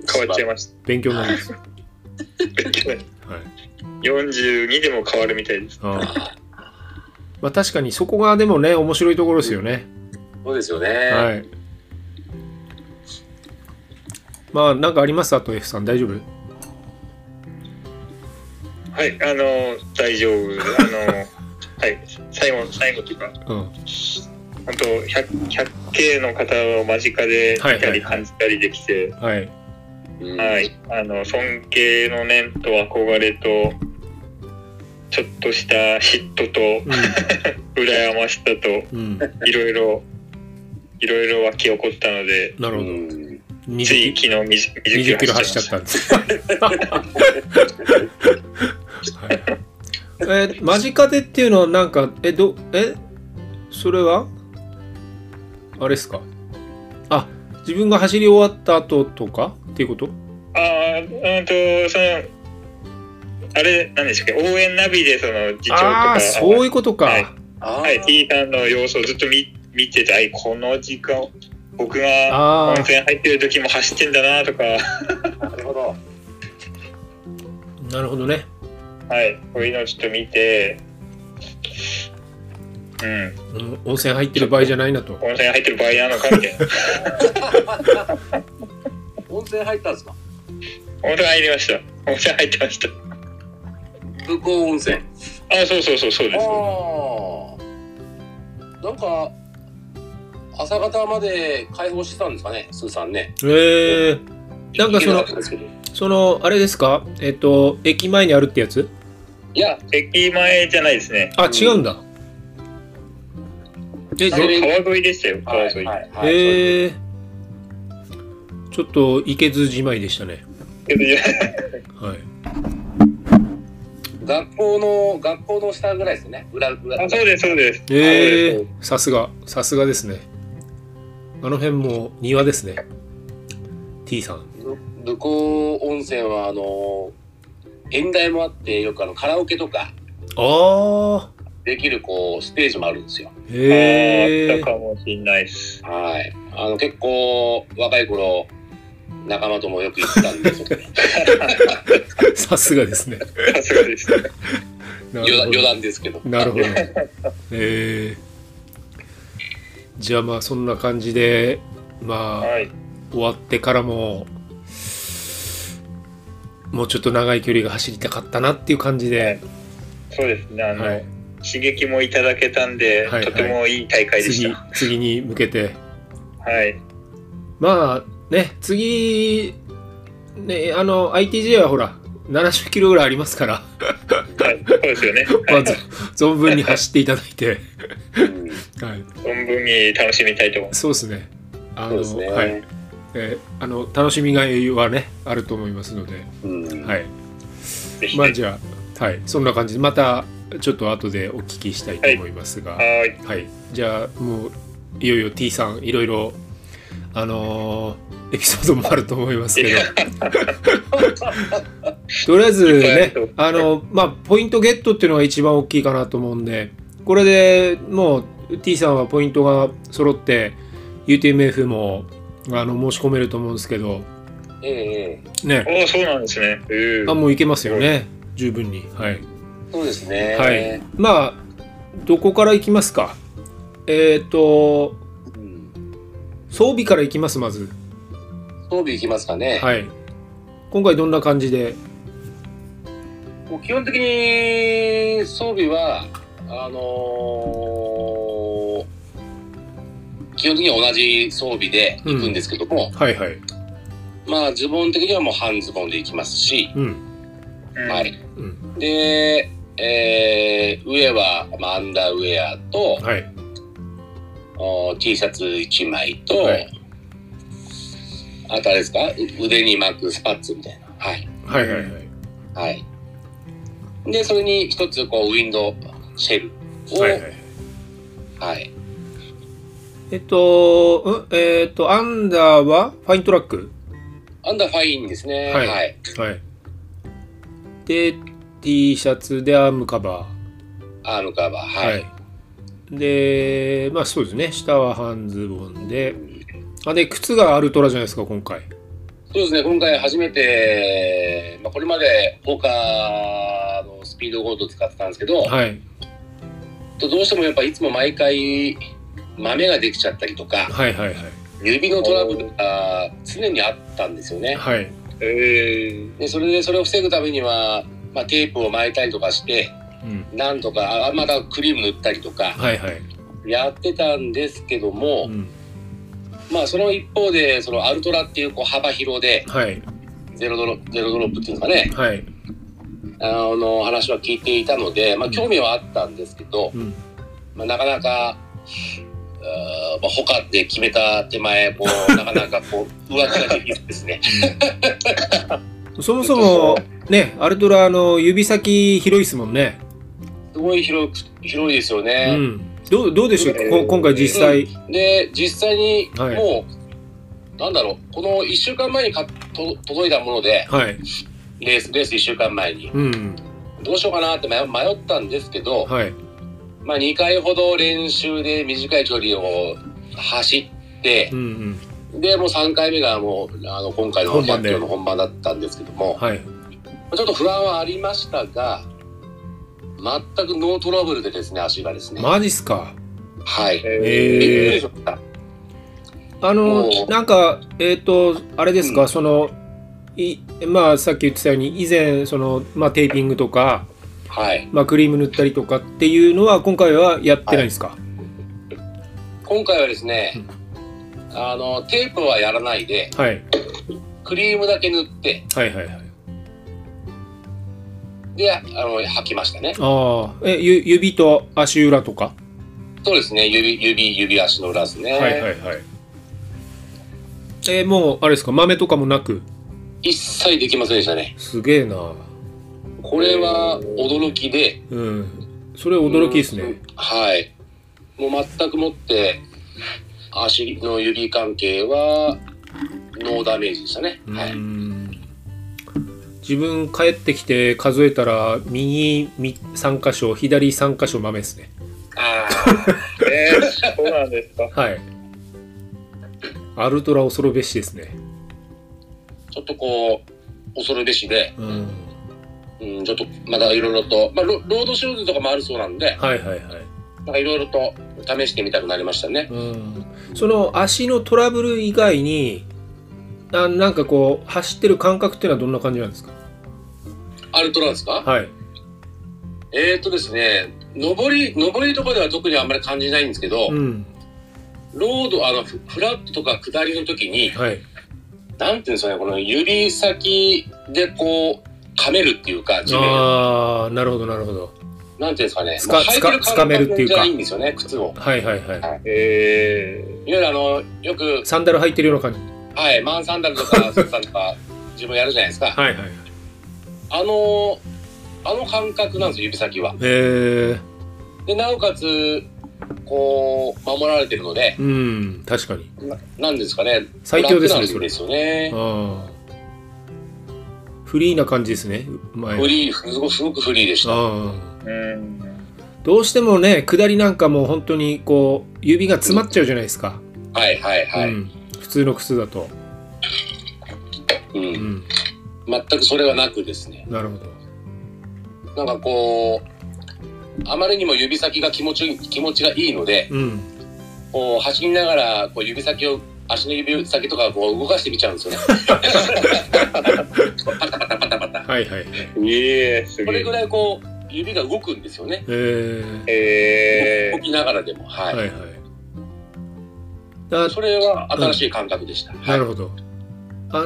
Speaker 2: す
Speaker 3: 変わっちゃい
Speaker 1: ま
Speaker 3: まし
Speaker 2: 勉強になります、はい、
Speaker 3: た42でも変わるみたいです
Speaker 2: ああまあ確かにそこがでもね面白いところですよね、
Speaker 1: すそうですよね、
Speaker 2: はいまあなんかありますあと F さん大丈夫
Speaker 3: はいあの大丈 夫あのはい最後最後というか
Speaker 2: うん
Speaker 3: 本当 100, 100K の方を間近で見
Speaker 2: はい
Speaker 3: た
Speaker 2: はい
Speaker 3: り
Speaker 2: はい
Speaker 3: 感じたりできて、
Speaker 2: はい
Speaker 1: うん
Speaker 3: はいあの尊敬の念と憧れとちょっとした嫉妬と羨ましさと
Speaker 2: うん、うん、
Speaker 3: いろいろいろいろ湧き起こったので
Speaker 2: なるほど
Speaker 1: うん
Speaker 2: 20
Speaker 3: つい
Speaker 2: キ
Speaker 3: 昨日 20,
Speaker 2: 20キ
Speaker 3: 20
Speaker 2: ロ
Speaker 3: キロ
Speaker 2: 走
Speaker 3: 走
Speaker 2: っ
Speaker 3: っ
Speaker 2: ち
Speaker 3: ち
Speaker 2: ゃ
Speaker 3: ゃ
Speaker 2: っ
Speaker 3: ったた
Speaker 2: んです。はい、えー間近でっていうのはなんかえどえそれはあれですかあ自分が走り終わった後とかっていうこと
Speaker 3: ああうんとそのあれなんでしたっけ応援ナビでその次長と
Speaker 2: ああ
Speaker 3: か
Speaker 2: ーそういうことか、
Speaker 3: はい
Speaker 1: あー
Speaker 3: はい、T さんの様子をずっと見見てて、はいこの時間、僕が
Speaker 2: あ
Speaker 3: 温泉入ってる時も走ってんだなとか、
Speaker 1: なるほど
Speaker 2: あなるほどね
Speaker 3: はい、こういうのをちょっと見て、う
Speaker 2: う
Speaker 3: ん、
Speaker 2: ん温泉入ってる場合じゃないなと
Speaker 3: 温泉入ってる場合なのかみ たいな。
Speaker 1: 温泉入ったんですか
Speaker 3: 温泉入りました。温泉入ってました。
Speaker 1: 空港温泉
Speaker 3: あ、そうそうそう、そうです。
Speaker 1: ああなんか朝方まで開放してたんですかねスーさんね
Speaker 2: えー、なんかそ
Speaker 1: 行け
Speaker 2: の
Speaker 1: なかったですけど
Speaker 2: そのあれですかえっ、と駅前にあるってやつ
Speaker 3: いや、駅前じゃないですね。
Speaker 2: あ違うんだ、えど
Speaker 1: それ
Speaker 3: 川沿いでしたよ、川
Speaker 1: は
Speaker 3: 沿い。
Speaker 1: いはいはい
Speaker 2: へえちょっと行けずじまいでしたね
Speaker 3: い や
Speaker 2: はい
Speaker 1: 学校の学校の下ぐらいですね裏裏
Speaker 3: あそうです、そうです。
Speaker 2: え
Speaker 3: そう
Speaker 2: えさすがさすがですねあの辺も庭ですね T さん
Speaker 1: ぶ武甲温泉はあの演題もあってよくあのカラオケとか
Speaker 2: ああ
Speaker 1: できるこうステージもあるんですよ
Speaker 3: ですあ
Speaker 2: へ
Speaker 3: った
Speaker 2: え
Speaker 3: かもしんないです。
Speaker 1: はいあの結構若い頃仲間ともよく行ってたんですけど
Speaker 2: さすがですね
Speaker 3: さすがです。
Speaker 2: な
Speaker 1: 余談余
Speaker 2: る
Speaker 1: 談ですけど
Speaker 2: ほどな るほどええじゃあまあそんな感じでまあ
Speaker 3: はい。
Speaker 2: 終わってからももうちょっと長い距離が走りたかったなっていう感じで、
Speaker 3: そうですね、あの、
Speaker 2: はい、
Speaker 3: 刺激もいただけたんで、
Speaker 2: はいはい
Speaker 3: とてもいい大会でし
Speaker 2: 次
Speaker 3: た。
Speaker 2: 次に向けて
Speaker 3: はい。
Speaker 2: まあね次ねあの ITJ はほら70キロぐらいありますから、
Speaker 3: はい、そうですよね。
Speaker 2: まあ、
Speaker 3: はい、
Speaker 2: ぞ存分に走っていただいて、
Speaker 1: うん
Speaker 2: はい、
Speaker 3: 存分に楽しみたいと思います。
Speaker 2: そうですね
Speaker 1: そ
Speaker 2: あ
Speaker 1: う
Speaker 2: の
Speaker 1: ですね、
Speaker 2: はいえーあの楽しみがいはねあると思いますので、
Speaker 1: うん
Speaker 2: はい、
Speaker 3: ぜひ
Speaker 2: まあ
Speaker 3: ぜひ
Speaker 2: じゃあ、はい、そんな感じでまたちょっと後でお聞きしたいと思いますが、はい
Speaker 3: はい。
Speaker 2: じゃあもういよいよ T さんいろいろあのーエピソードもあると思いますけ ど。とりあえず
Speaker 3: いっぱいあ
Speaker 2: ね
Speaker 3: ると思う、
Speaker 2: あの、まあ、ポイントゲットっていうのが一番大きいかなと思うんで、これでもう T さんはポイントが揃って、UTMF もあの申し込めると思うんですけど、
Speaker 1: ええええ
Speaker 2: ね、
Speaker 3: おお、そうなんですね。うん
Speaker 2: あもういけますよね、十分に。はい。
Speaker 1: そうですね
Speaker 2: はいまあ、どこからいきますか。えっ、と、
Speaker 1: うん
Speaker 2: 装備からいきます、まず。
Speaker 1: 装備いきますかね、
Speaker 2: はい。今回どんな感じで、
Speaker 1: もう基本的に装備はあのー基本的には同じ装備で行くんですけども、
Speaker 2: はいはい。
Speaker 1: まあズボン的にはもう半ズボンで行きますし、
Speaker 2: うん。
Speaker 3: うん
Speaker 1: は。い、
Speaker 2: うん。
Speaker 1: で、えー上は、まあ、アンダーウェアと、
Speaker 2: はい。
Speaker 1: お T シャツ1枚と、
Speaker 2: はい
Speaker 1: あとあれですかう腕に巻くスパッツみたいな。はい。
Speaker 2: はいはいはい。
Speaker 1: はい。で、それに一つこうウィンドシェルを、
Speaker 2: は
Speaker 1: はいい、
Speaker 2: はいえっと、うん、えっと、アンダーはファイントラック
Speaker 1: アンダーファインですね。
Speaker 2: は
Speaker 1: はいい。
Speaker 2: はい。で、T シャツでアームカバ
Speaker 1: アームカバー。
Speaker 2: ー。
Speaker 1: はい。
Speaker 2: で、まあそうですね。下は半ズボンで。あ、で、靴がアルトラじゃないですか、今回。
Speaker 1: そうですね、今回初めて、まあ、これまでフォーカーのスピードゴールドを使ってたんですけど、
Speaker 2: はい。
Speaker 1: どうしてもやっぱいつも毎回、豆ができちゃったりとか、
Speaker 2: はいはい
Speaker 1: 指のトラブルが常にあったんですよね。
Speaker 2: はい。はい。
Speaker 3: え
Speaker 1: でそれでそれを防ぐためには、まあ、テープを巻いたりとかして
Speaker 2: うん。
Speaker 1: なんとかあまたクリーム塗ったりとか
Speaker 2: はいはい。
Speaker 1: やってたんですけども
Speaker 2: う、ん。
Speaker 1: まあその一方でそのアルトラっていうこう幅広で
Speaker 2: はい。
Speaker 1: ゼロドロゼロドロップっていうんですかね
Speaker 2: はい。
Speaker 1: あの話は聞いていたので、まあ、興味はあったんですけど、
Speaker 2: うん。
Speaker 1: まあ、なかなか。うーまあ、他で決めた手前 こうなかなかこう上手ができずですね
Speaker 2: そもそも、ね、アルトラの指先広いですもんね。
Speaker 1: すごい広く広いですよね。
Speaker 2: うん。どう、どうでしょう、こ今回実際。
Speaker 1: で実際にもう、
Speaker 2: はい
Speaker 1: なんだろうこの1週間前にかと届いたもので
Speaker 2: はい。
Speaker 1: レースレース1週間前に
Speaker 2: うん。
Speaker 1: どうしようかなって迷迷ったんですけど、
Speaker 2: はい。
Speaker 1: まあ、2回ほど練習で短い距離を走って
Speaker 2: う、んうん。
Speaker 1: でもう3回目がもうあの今回の
Speaker 2: 本番
Speaker 1: 100
Speaker 2: で
Speaker 1: キロの本番だったんですけども
Speaker 2: はい。
Speaker 1: ちょっと不安はありましたが全くノートラブルでですね足がですね、
Speaker 2: マジっすか。
Speaker 1: はい
Speaker 3: ー、
Speaker 1: びっくり
Speaker 2: え
Speaker 1: しました
Speaker 2: あの
Speaker 1: も、う
Speaker 2: なんか、えっ、と、あれですか、
Speaker 1: う
Speaker 2: その、いまあ、さっき言ってたように、以前、その、まあ、テーピングとか、
Speaker 1: はい
Speaker 2: まあ、クリーム塗ったりとかっていうのは、今回はやってないですか、
Speaker 1: 今回はですね、あのテープはやらないで
Speaker 2: はい、
Speaker 1: クリームだけ塗って
Speaker 2: はいはいはい。
Speaker 1: であの履きましたね
Speaker 2: ああ、え、ゆ指と足裏とか、
Speaker 1: そうですね指指指足の裏ですね、
Speaker 2: いはい。えもう、あれですか、豆とかもなく、
Speaker 1: 一切できませんでしたね
Speaker 2: すげえな。
Speaker 1: これは驚きで
Speaker 2: うん。それ驚きですね。
Speaker 1: はいもう全くもって足の指関係はノーダメージでしたね、
Speaker 2: う
Speaker 1: はい
Speaker 2: ん。自分帰ってきて数えたら右み3箇所左3箇所豆ですね
Speaker 1: あ
Speaker 3: えー、そうなんですか。
Speaker 2: はい。アルトラ恐るべしですね。
Speaker 1: ーちょっとこう恐るべしで、
Speaker 2: うん。
Speaker 1: うん、ちょっとまだいろいろと、まあ、ロロードシューズとかもあるそうなんで
Speaker 2: はいはいはい。
Speaker 1: なんかいろいろと試してみたくなりましたね
Speaker 2: うん。その足のトラブル以外に、あなんかこう、走ってる感覚っていうのはどんな感じなんですか
Speaker 1: アルトラですか
Speaker 2: はい。
Speaker 1: えー、とですね、上り、上りとかでは特にあんまり感じないんですけど、
Speaker 2: うん。
Speaker 1: ロード、あの、フフラットとか下りの時に、
Speaker 2: はい。
Speaker 1: なんていうんですかね、この指先でこう、噛めるっていうか、地面を
Speaker 2: ああ、なるほどなるほど。
Speaker 1: なんていうんですかね、
Speaker 2: つか
Speaker 1: まあ履いてる
Speaker 2: つか掴めるっていう
Speaker 1: 感覚じ
Speaker 2: か
Speaker 1: ゃないんですよね、靴を。
Speaker 2: はいはいはい。
Speaker 3: えー
Speaker 1: いわゆるあの、よく、
Speaker 2: サンダル履いてるような感じ。
Speaker 1: はい、マンサンダルと か、スッサンとか、自分やるじゃないですか。
Speaker 2: はいはい。
Speaker 1: あの、あの感覚なんですよ、指先は。
Speaker 2: え
Speaker 1: で、なおかつ、こう、守られてるので
Speaker 2: ー、、うん、確かに。
Speaker 1: ななんですかね、
Speaker 2: 最強ですね、
Speaker 1: 楽
Speaker 2: そ
Speaker 1: なん
Speaker 2: れ
Speaker 1: で。すよね。
Speaker 2: ああ。フリーな感じですね、前は
Speaker 1: フリー、すごすごくフリーでした。
Speaker 2: ああ。
Speaker 3: うん
Speaker 2: どうしてもね下りなんかもう本当にこう指が詰まっちゃうじゃないですか、
Speaker 1: はいはいはい、
Speaker 2: うん普通の靴だと、
Speaker 1: うん
Speaker 2: うん、
Speaker 1: 全くそれはなくですね。
Speaker 2: なるほど
Speaker 1: なんかこう、あまりにも指先が気持ちいい気持ちがいいので、
Speaker 2: うん
Speaker 1: こう走りながらこう指先を足の指先とかをこう動かしてみちゃうんですよね。パタパタパタパタ。
Speaker 2: はいはいはい
Speaker 3: えー、す
Speaker 1: これ
Speaker 3: げえ
Speaker 1: ぐ。らいこう指が動くんですよね。
Speaker 2: え
Speaker 3: え
Speaker 1: 動きながらでも、は
Speaker 2: ー、
Speaker 1: い。
Speaker 2: はいはいだ
Speaker 1: それは新しい感覚でした。は
Speaker 2: ないるほどあの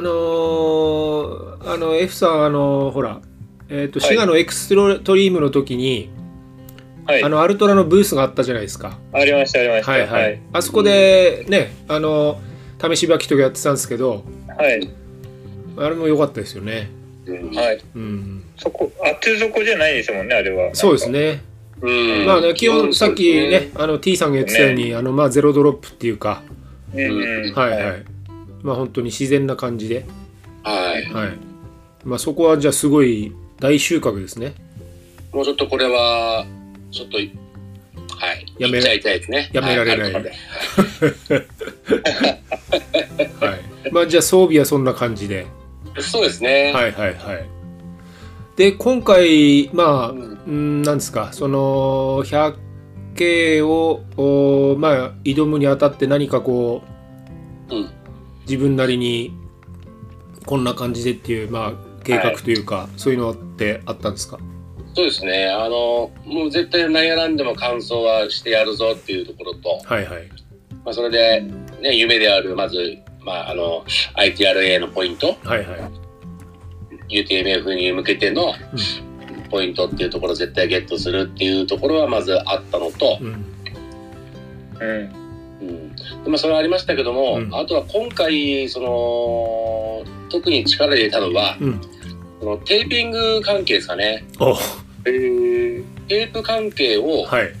Speaker 2: ーあの F さんあのーほらえっ、と
Speaker 1: はい
Speaker 2: 滋賀のエクストリームの時に、
Speaker 3: はい
Speaker 2: あのアルトラのブースがあったじゃないですか。
Speaker 3: ありましたありました
Speaker 2: はいはい。あそこでね、あの試し履きとかやってたんですけど、
Speaker 3: はい、
Speaker 2: あれも良かったですよね。
Speaker 1: うん
Speaker 3: はい、
Speaker 2: うん、
Speaker 3: そこ厚底じゃないですもんねあれは
Speaker 2: そうですね。
Speaker 1: うん
Speaker 2: まあね、基本さっき
Speaker 1: そうです
Speaker 2: ね、あの T さんが言ってたように、あのまあゼロドロップっていうか、
Speaker 3: うんうん
Speaker 2: はいはい。まあ本当に自然な感じで、
Speaker 1: はい
Speaker 2: はい。まあそこはじゃあすごい大収穫ですね。
Speaker 1: もうちょっとこれはちょっとはい
Speaker 2: や
Speaker 1: 言
Speaker 2: め
Speaker 1: っちゃいたいですね
Speaker 2: やめられない
Speaker 1: はあるので
Speaker 2: はい。まあじゃあ装備はそんな感じで、
Speaker 1: そうですね
Speaker 2: はいはいはい。で今回まあ
Speaker 1: うん
Speaker 2: うんなんですかその100系をおーまあ挑むにあたって何かこう、
Speaker 1: うん
Speaker 2: 自分なりにこんな感じでっていうまあ計画というか、そういうのってあったんですか
Speaker 1: そうですねあのもう絶対何やらんでも完走はしてやるぞっていうところと、
Speaker 2: はいはい
Speaker 1: まあ、それで、ね、夢であるまず、まあ、あの ITRA のポイント
Speaker 2: はいはい
Speaker 1: UTMF に向けてのポイントっていうところを絶対ゲットするっていうところはまずあったのと、
Speaker 2: うん
Speaker 3: うん
Speaker 1: うんでまあ、それはありましたけども、
Speaker 2: うん
Speaker 1: あとは今回その特に力入れたのは
Speaker 2: うん
Speaker 1: そのテーピング関係ですかね
Speaker 2: お
Speaker 1: テープ関係を
Speaker 2: はい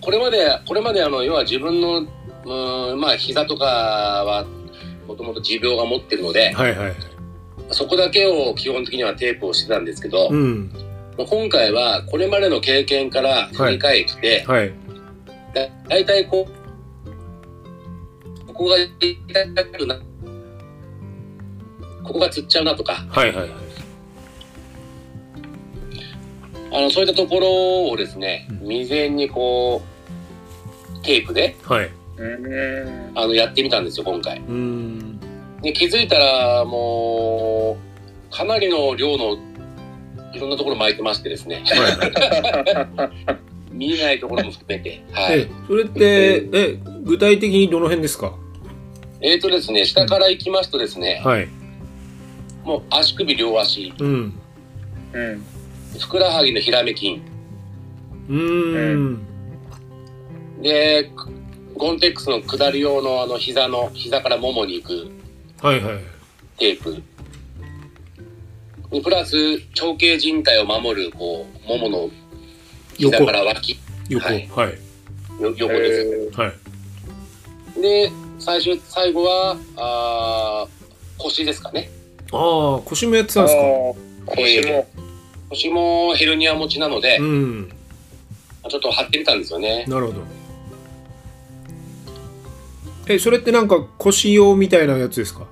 Speaker 1: これまでこれまであの要は自分のうーんまあ膝とかはもともと持病が持ってるので
Speaker 2: はいはい
Speaker 1: そこだけを基本的にはテープをしてたんですけど、
Speaker 2: うん
Speaker 1: まあ今回はこれまでの経験から振り返って、
Speaker 2: はい
Speaker 1: だ大体こうここが痛くなここがつっちゃうなとか
Speaker 2: はいはいはい
Speaker 1: あのそういったところをですね
Speaker 2: うん
Speaker 1: 未然にこうテープで
Speaker 2: はい
Speaker 3: うん
Speaker 1: あのやってみたんですよ今回。
Speaker 2: うん
Speaker 1: で気づいたらもうかなりの量のいろんなところ巻いてましてですね
Speaker 2: はいはい
Speaker 1: 見えないところも含めて。はい、
Speaker 2: えそれってえ具体的にどの辺ですか
Speaker 1: えーとですね下から行きますとですね
Speaker 2: はい
Speaker 1: もう足首両足
Speaker 2: うん
Speaker 3: うん
Speaker 1: ふくらはぎのひらめ筋
Speaker 2: うーん
Speaker 1: でくゴンテックスの下り用のあの膝の膝からももに行く
Speaker 2: はいはい
Speaker 1: テープでプラス長径靭帯を守るこうももの膝から脇
Speaker 2: 横
Speaker 1: は
Speaker 2: はい
Speaker 1: い
Speaker 2: はい
Speaker 1: よ横です、
Speaker 2: はい
Speaker 1: で最終最後はあー腰ですかね
Speaker 2: ああ腰もやって
Speaker 3: あ
Speaker 2: たんですか
Speaker 3: ー腰も
Speaker 1: 腰もヘルニア持ちなので、
Speaker 2: うん
Speaker 1: ちょっと張ってみたんですよね
Speaker 2: なるほどえそれってなんか腰用みたいなやつですか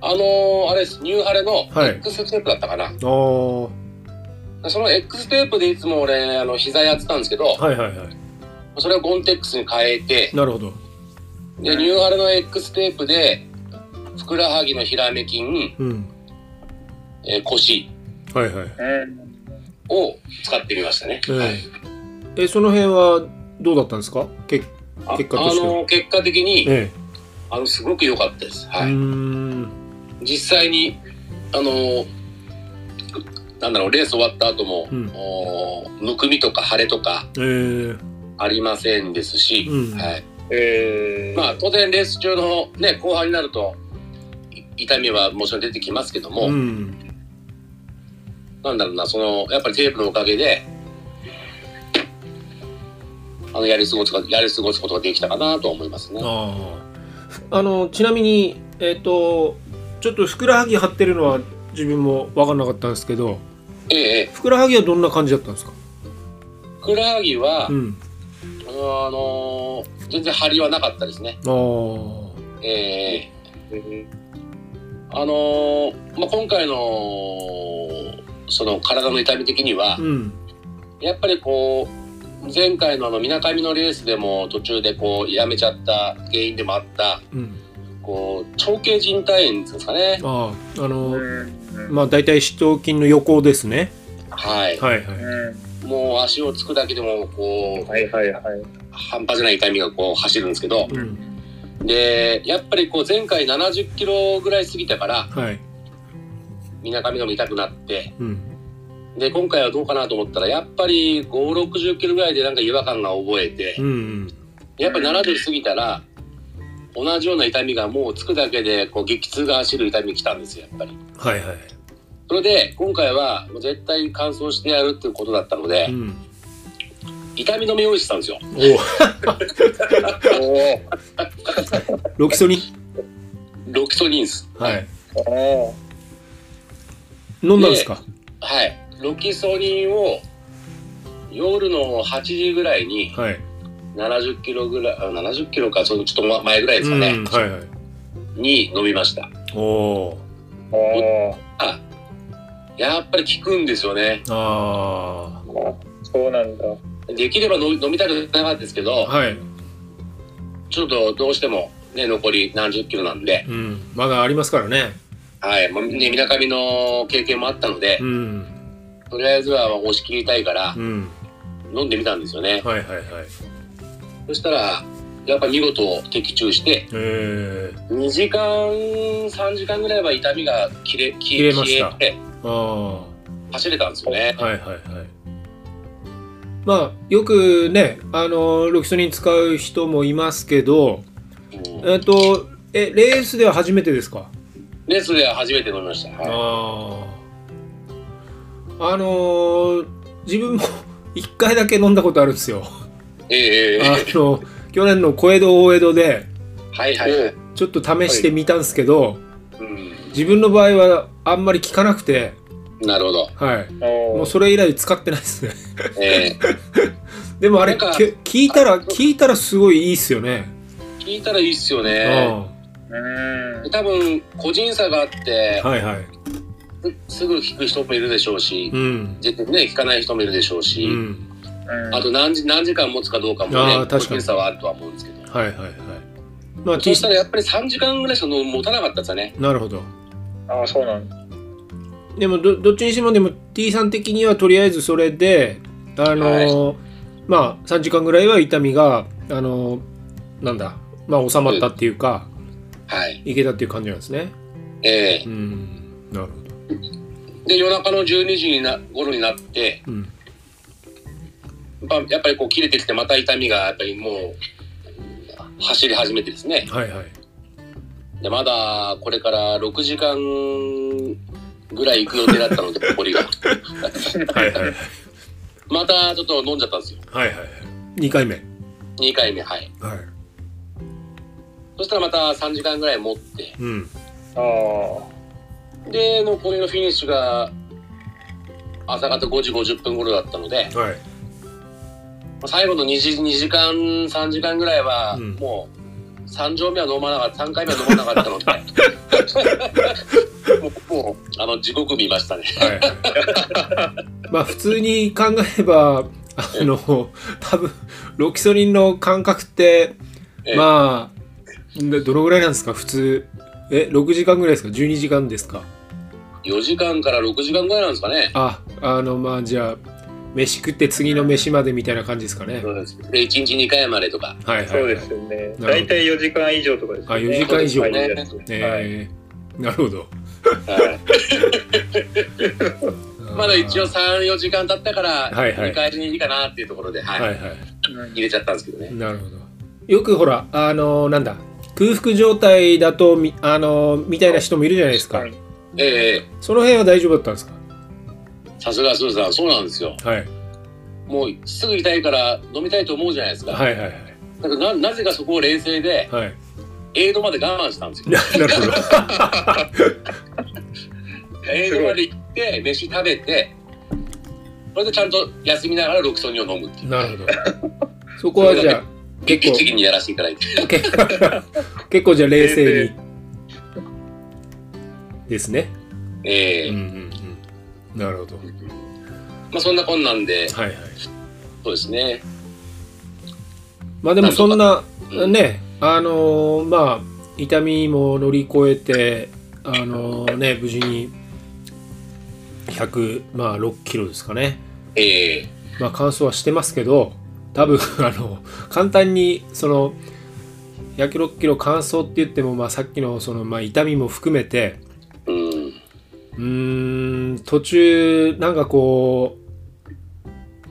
Speaker 1: あのーあれですニューハレの
Speaker 2: はい
Speaker 1: X テープだったかな、
Speaker 2: ああは
Speaker 1: その X テープでいつも俺あの膝やってたんですけど
Speaker 2: いはいはい
Speaker 1: それをゴンテックスに変えて
Speaker 2: なるほど
Speaker 1: でニューハルの X テープでふくらはぎのひらめ筋、
Speaker 2: うん
Speaker 1: えー腰
Speaker 2: はいはい
Speaker 3: うん
Speaker 1: を使ってみましたね。
Speaker 2: えええその辺はどうだったんですかけ
Speaker 1: あ
Speaker 2: 結果としては
Speaker 1: あの結果的に
Speaker 2: え
Speaker 1: あのすごく良かったです。
Speaker 2: えう
Speaker 1: はい
Speaker 2: ーん
Speaker 1: 実際にあのなんだろうレース終わった後も、
Speaker 2: うん
Speaker 1: おーむくみとか腫れとか
Speaker 2: ええ
Speaker 1: ありませんですし、
Speaker 2: うん
Speaker 1: はい、
Speaker 3: えー
Speaker 1: まあ当然レース中の、ね、後半になるとい痛みはもちろん出てきますけども、
Speaker 2: うん
Speaker 1: なんだろうな、その、やっぱりテープのおかげで、あの、やり過ごすか、やり過ごすことができたかなと思いますね。は
Speaker 2: あああのちなみにえっ、とちょっとふくらはぎ張ってるのは自分も分かんなかったんですけど
Speaker 1: いええ、
Speaker 2: ふくらはぎはどんな感じだったんですか
Speaker 1: ふくらはぎは、
Speaker 2: うん
Speaker 1: あのー全然張りはなかったですね。
Speaker 2: ああ
Speaker 1: ええあのーまあ、今回の、その体の痛み的には
Speaker 2: う、ん
Speaker 1: やっぱりこう、前回のあの、みなかみのレースでも途中でこう、やめちゃった原因でもあった、
Speaker 2: うん
Speaker 1: こう、長径靭帯炎っていうんですかね。
Speaker 2: あああ
Speaker 3: う
Speaker 2: の、
Speaker 3: ん
Speaker 2: まあ大体四頭筋の横ですね
Speaker 1: はい。
Speaker 2: はいは
Speaker 3: う
Speaker 2: い
Speaker 3: ん
Speaker 1: もう足をつくだけでもこう
Speaker 3: はいはいはい
Speaker 1: 半端じゃない痛みがこう走るんですけど
Speaker 2: うん
Speaker 1: でやっぱりこう前回70キロぐらい過ぎたから
Speaker 2: はい
Speaker 1: みなかみがも痛くなって
Speaker 2: うん
Speaker 1: で今回はどうかなと思ったらやっぱり560キロぐらいでなんか違和感が覚えて
Speaker 4: うんうん
Speaker 1: やっぱり70過ぎたら同じような痛みがもうつくだけでこう激痛が走る痛みきたんですよやっぱり。
Speaker 4: はいはい
Speaker 1: それで今回はもう絶対に乾燥してやるっていうことだったので、
Speaker 4: うん
Speaker 1: 痛み止め用意してたんですよ。
Speaker 4: おおロキソニン
Speaker 1: ロキソニンです。
Speaker 4: はい 飲んだんですか
Speaker 1: はい。ロキソニンを夜の8時ぐらいに
Speaker 4: はい
Speaker 1: 70キロぐらい、あ70キロか、そのちょっと前ぐらいです
Speaker 4: う
Speaker 1: か
Speaker 4: ん
Speaker 1: ね、
Speaker 4: はいはい
Speaker 1: に飲みました。
Speaker 4: おお
Speaker 3: おー
Speaker 1: あ、やっぱり効くんですよね。
Speaker 4: あ
Speaker 3: そうなんだ。
Speaker 1: できれば飲み飲みたくなかったですけ
Speaker 4: あ
Speaker 1: ど、
Speaker 4: はい
Speaker 1: ちょっとどうしてもね、残り何十キロなんで、
Speaker 4: うんまだありますからね
Speaker 1: はい。もうね、みなかみの経験もあったので
Speaker 4: う、ん
Speaker 1: とりあえずは押し切りたいから
Speaker 4: う、ん
Speaker 1: 飲んでみたんですよね。
Speaker 4: はいはいはい
Speaker 1: そしたら、やっぱ見事的中して、
Speaker 4: えー、
Speaker 1: 2時間3時間ぐらいは痛みが切れ消え
Speaker 4: 切れました
Speaker 1: 消えて
Speaker 4: ああ
Speaker 1: 走れたんですよね
Speaker 4: はいはいはい
Speaker 2: まあよくねあのロキソニン使う人もいますけど
Speaker 1: うん
Speaker 2: えっとえレースでは初めてですか
Speaker 1: レースでは初めて飲みました、はい
Speaker 2: あああのー自分も 1回だけ飲んだことあるんですよ
Speaker 1: ええええ
Speaker 2: あの去年の小江戸大江戸で
Speaker 1: はいはいはい、
Speaker 2: ちょっと試してみたんですけど、
Speaker 1: うん、
Speaker 2: 自分の場合はあんまり効かなくて
Speaker 1: なるほど、
Speaker 2: はいも
Speaker 3: お
Speaker 2: う
Speaker 3: ー
Speaker 2: それ以来使ってないですね
Speaker 1: ええ
Speaker 2: でもあれ
Speaker 1: なんか
Speaker 2: け聞いたら聞いたらすごいいいっすよね、
Speaker 1: 聞いたらいいっすよね
Speaker 3: うん。
Speaker 1: 多分個人差があって
Speaker 4: はいはい
Speaker 1: すぐ聞く人もいるでしょうし
Speaker 4: うん
Speaker 1: 絶対ね聞かない人もいるでしょう
Speaker 4: う
Speaker 1: し、
Speaker 4: ん
Speaker 3: うん
Speaker 1: あと何時何時間持つかどうかも
Speaker 4: あ
Speaker 1: ね
Speaker 4: ー確か
Speaker 1: 個
Speaker 4: に
Speaker 1: 人差はあるとは思うんですけど
Speaker 4: はいはいはいまあ
Speaker 1: そ
Speaker 4: T
Speaker 1: したらやっぱり3時間ぐらいしか持たなかったですよね
Speaker 4: なるほど
Speaker 3: ああ、そうなんだ。
Speaker 2: でもどどっちにしてもでも T さん的にはとりあえずそれであのーまあ3時間ぐらいは痛みがあのーなんだまあ収まったっていうか、
Speaker 1: はい
Speaker 2: いけたっていう感じなんですね
Speaker 1: ええ
Speaker 4: うんなるほど
Speaker 1: で夜中の12時にな頃になって
Speaker 4: うん
Speaker 1: やっぱやっぱりこう切れてきてまた痛みがやっぱりもう走り始めてですね
Speaker 4: はいはい
Speaker 1: でまだこれから6時間ぐらい行く予定だっ たので残りが
Speaker 4: はいはいはい
Speaker 1: またちょっと飲んじゃったんですよ
Speaker 4: はいはい
Speaker 2: 2回目
Speaker 1: 2回目はい
Speaker 4: はい
Speaker 1: そしたらまた3時間ぐらい持って
Speaker 4: うん
Speaker 3: ああ。
Speaker 1: で残りのフィニッシュが朝方5時50分頃だったので
Speaker 4: はい
Speaker 1: 最後の2時 ,2 時間3時間ぐらいは
Speaker 4: うん
Speaker 1: もう3錠目は飲まなかった3回目は飲まなかっ たのでもうもうあの地獄見ましたね
Speaker 4: はいはい
Speaker 2: まあ普通に考えればあの多分ロキソニンの感覚って
Speaker 1: ええ
Speaker 2: まあどどのぐらいなんですか普通え6時間ぐらいですか12時間ですか
Speaker 1: 4時間から6時間ぐらいなんですかね
Speaker 2: ああのまあじゃあ飯食って次の飯までみたいな感じですかね
Speaker 1: そうですで1日2回までとか
Speaker 4: はいはい
Speaker 3: そう
Speaker 4: はい
Speaker 3: ですよね。
Speaker 2: なるほど
Speaker 3: 大体4時間以上とかですよね。
Speaker 2: あ4時間以上
Speaker 1: ね
Speaker 3: はい。
Speaker 2: えーなるほど
Speaker 1: まだ一応
Speaker 2: は
Speaker 1: 34時間経ったから
Speaker 4: はいはい
Speaker 1: 見返りにいいかなっていうところで、はい
Speaker 4: いはい
Speaker 1: 入れちゃったんですけどね
Speaker 2: なるほどよくほらあのなんだ空腹状態だとみあのみたいな人もいるじゃないですか
Speaker 3: はい
Speaker 1: ええ
Speaker 2: その辺は大丈夫だったんですか
Speaker 1: さすがすずさんそうなんですよ
Speaker 4: はい
Speaker 1: もうすぐ痛いから飲みたいと思うじゃないですか,、
Speaker 4: はいはいはい
Speaker 1: だからななぜかそこを冷静で
Speaker 4: はい
Speaker 1: エイドまで我慢したんですよ
Speaker 4: ななるほど
Speaker 1: 映画まで行って飯食べてそれでちゃんと休みながらロキソニンを飲むっていう
Speaker 4: なるほど
Speaker 2: そこはじゃあ結
Speaker 1: 一
Speaker 2: 構
Speaker 1: 気にやらせていただいて
Speaker 2: 結構結構じゃ あ冷静にですね
Speaker 1: ええ
Speaker 4: うんうんうんなるほどはい
Speaker 1: まあそんなこんなんで
Speaker 4: はい
Speaker 1: そうですね、
Speaker 2: まあでもそんな
Speaker 1: うん
Speaker 2: ねあのーまあ痛みも乗り越えてあのーね無事に106、まあ、6キロですかね
Speaker 1: ええ
Speaker 2: まあ乾燥はしてますけど多分 あの簡単にその106キロ乾燥って言っても、まあ、さっきのその、まあ、痛みも含めて
Speaker 1: うん
Speaker 2: うーん途中なんかこう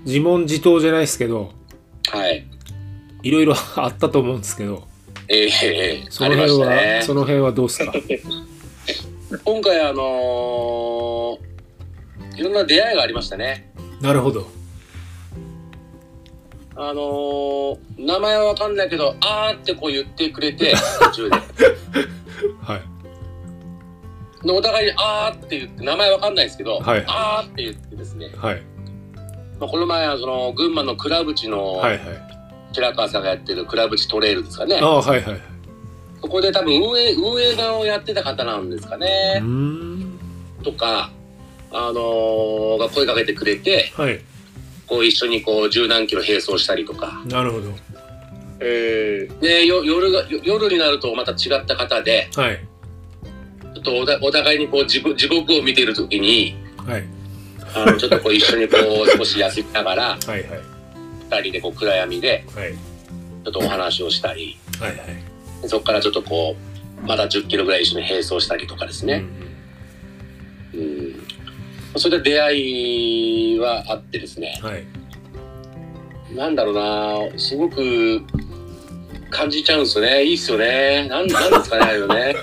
Speaker 2: 自問自答じゃないですけど
Speaker 1: はい。
Speaker 2: いろいろ あったと思うんですけど
Speaker 1: ええええ
Speaker 2: そ
Speaker 1: あ
Speaker 2: の
Speaker 1: りま
Speaker 2: 辺
Speaker 1: し
Speaker 2: は、
Speaker 1: たね。
Speaker 2: その辺はどうで すか
Speaker 1: 今回あのーいろんな出会いがありましたね。
Speaker 2: なるほど
Speaker 1: あのー名前はわかんないけど、あーってこう言ってくれて、 途中で。
Speaker 4: はい
Speaker 1: でお互いにあーって言って、名前わかんないですけど、
Speaker 4: はい
Speaker 1: あーって言ってですね、
Speaker 4: はい
Speaker 1: まあ、この前はその群馬の倉淵の
Speaker 4: はいはい
Speaker 1: 白川さんがやってる倉淵トレイルですかね。
Speaker 4: ああはいはいはい
Speaker 1: そこで多分運営、運営側をやってた方なんですか
Speaker 4: うー
Speaker 1: ね。
Speaker 4: ん
Speaker 1: とか、あのーが声かけてくれて、
Speaker 4: はい
Speaker 1: こう一緒にこう十何キロ並走したりとか。
Speaker 4: なるほど
Speaker 3: え
Speaker 1: でよ夜がよ夜になるとまた違った方で
Speaker 4: はい
Speaker 1: ちょっとおだお互いにこう地獄地獄を見ている時に
Speaker 4: はい
Speaker 1: あのちょっとこう一緒にこう少し休みながら
Speaker 4: はいはい
Speaker 1: 二人でこう暗闇で
Speaker 4: はい
Speaker 1: ちょっとお話をしたり
Speaker 4: はいはい
Speaker 1: そこからちょっとこうまだ1 0キロぐらい一緒に並走したりとかです
Speaker 4: う
Speaker 1: ね、
Speaker 4: ん
Speaker 1: うん、それで出会いはあってですね
Speaker 4: はい
Speaker 1: なんだろうなすごく感じちゃうんですよねいいっすよねなんなんですかねあれ よね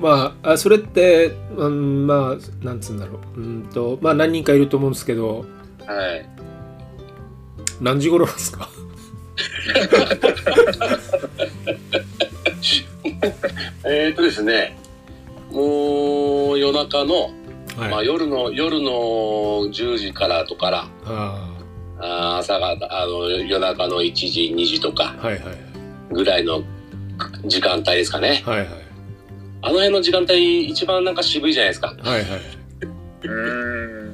Speaker 2: まああそれって、うん、まあなんつうんだろううんとまあ何人かいると思うんですけど
Speaker 1: はい
Speaker 2: 何時頃なんですか
Speaker 1: えー、っとですね、もう夜中の、ま
Speaker 4: は
Speaker 1: あ、
Speaker 4: い
Speaker 1: 夜の夜の10時からとから、
Speaker 4: あ
Speaker 1: あー朝があの夜中の1時、2時とか
Speaker 4: あはいはい
Speaker 1: ぐらいの時間帯ですかね。
Speaker 4: はいはい
Speaker 1: あの辺の時間帯、一番なんか渋いじゃないですか。
Speaker 4: はいはい
Speaker 3: ー、う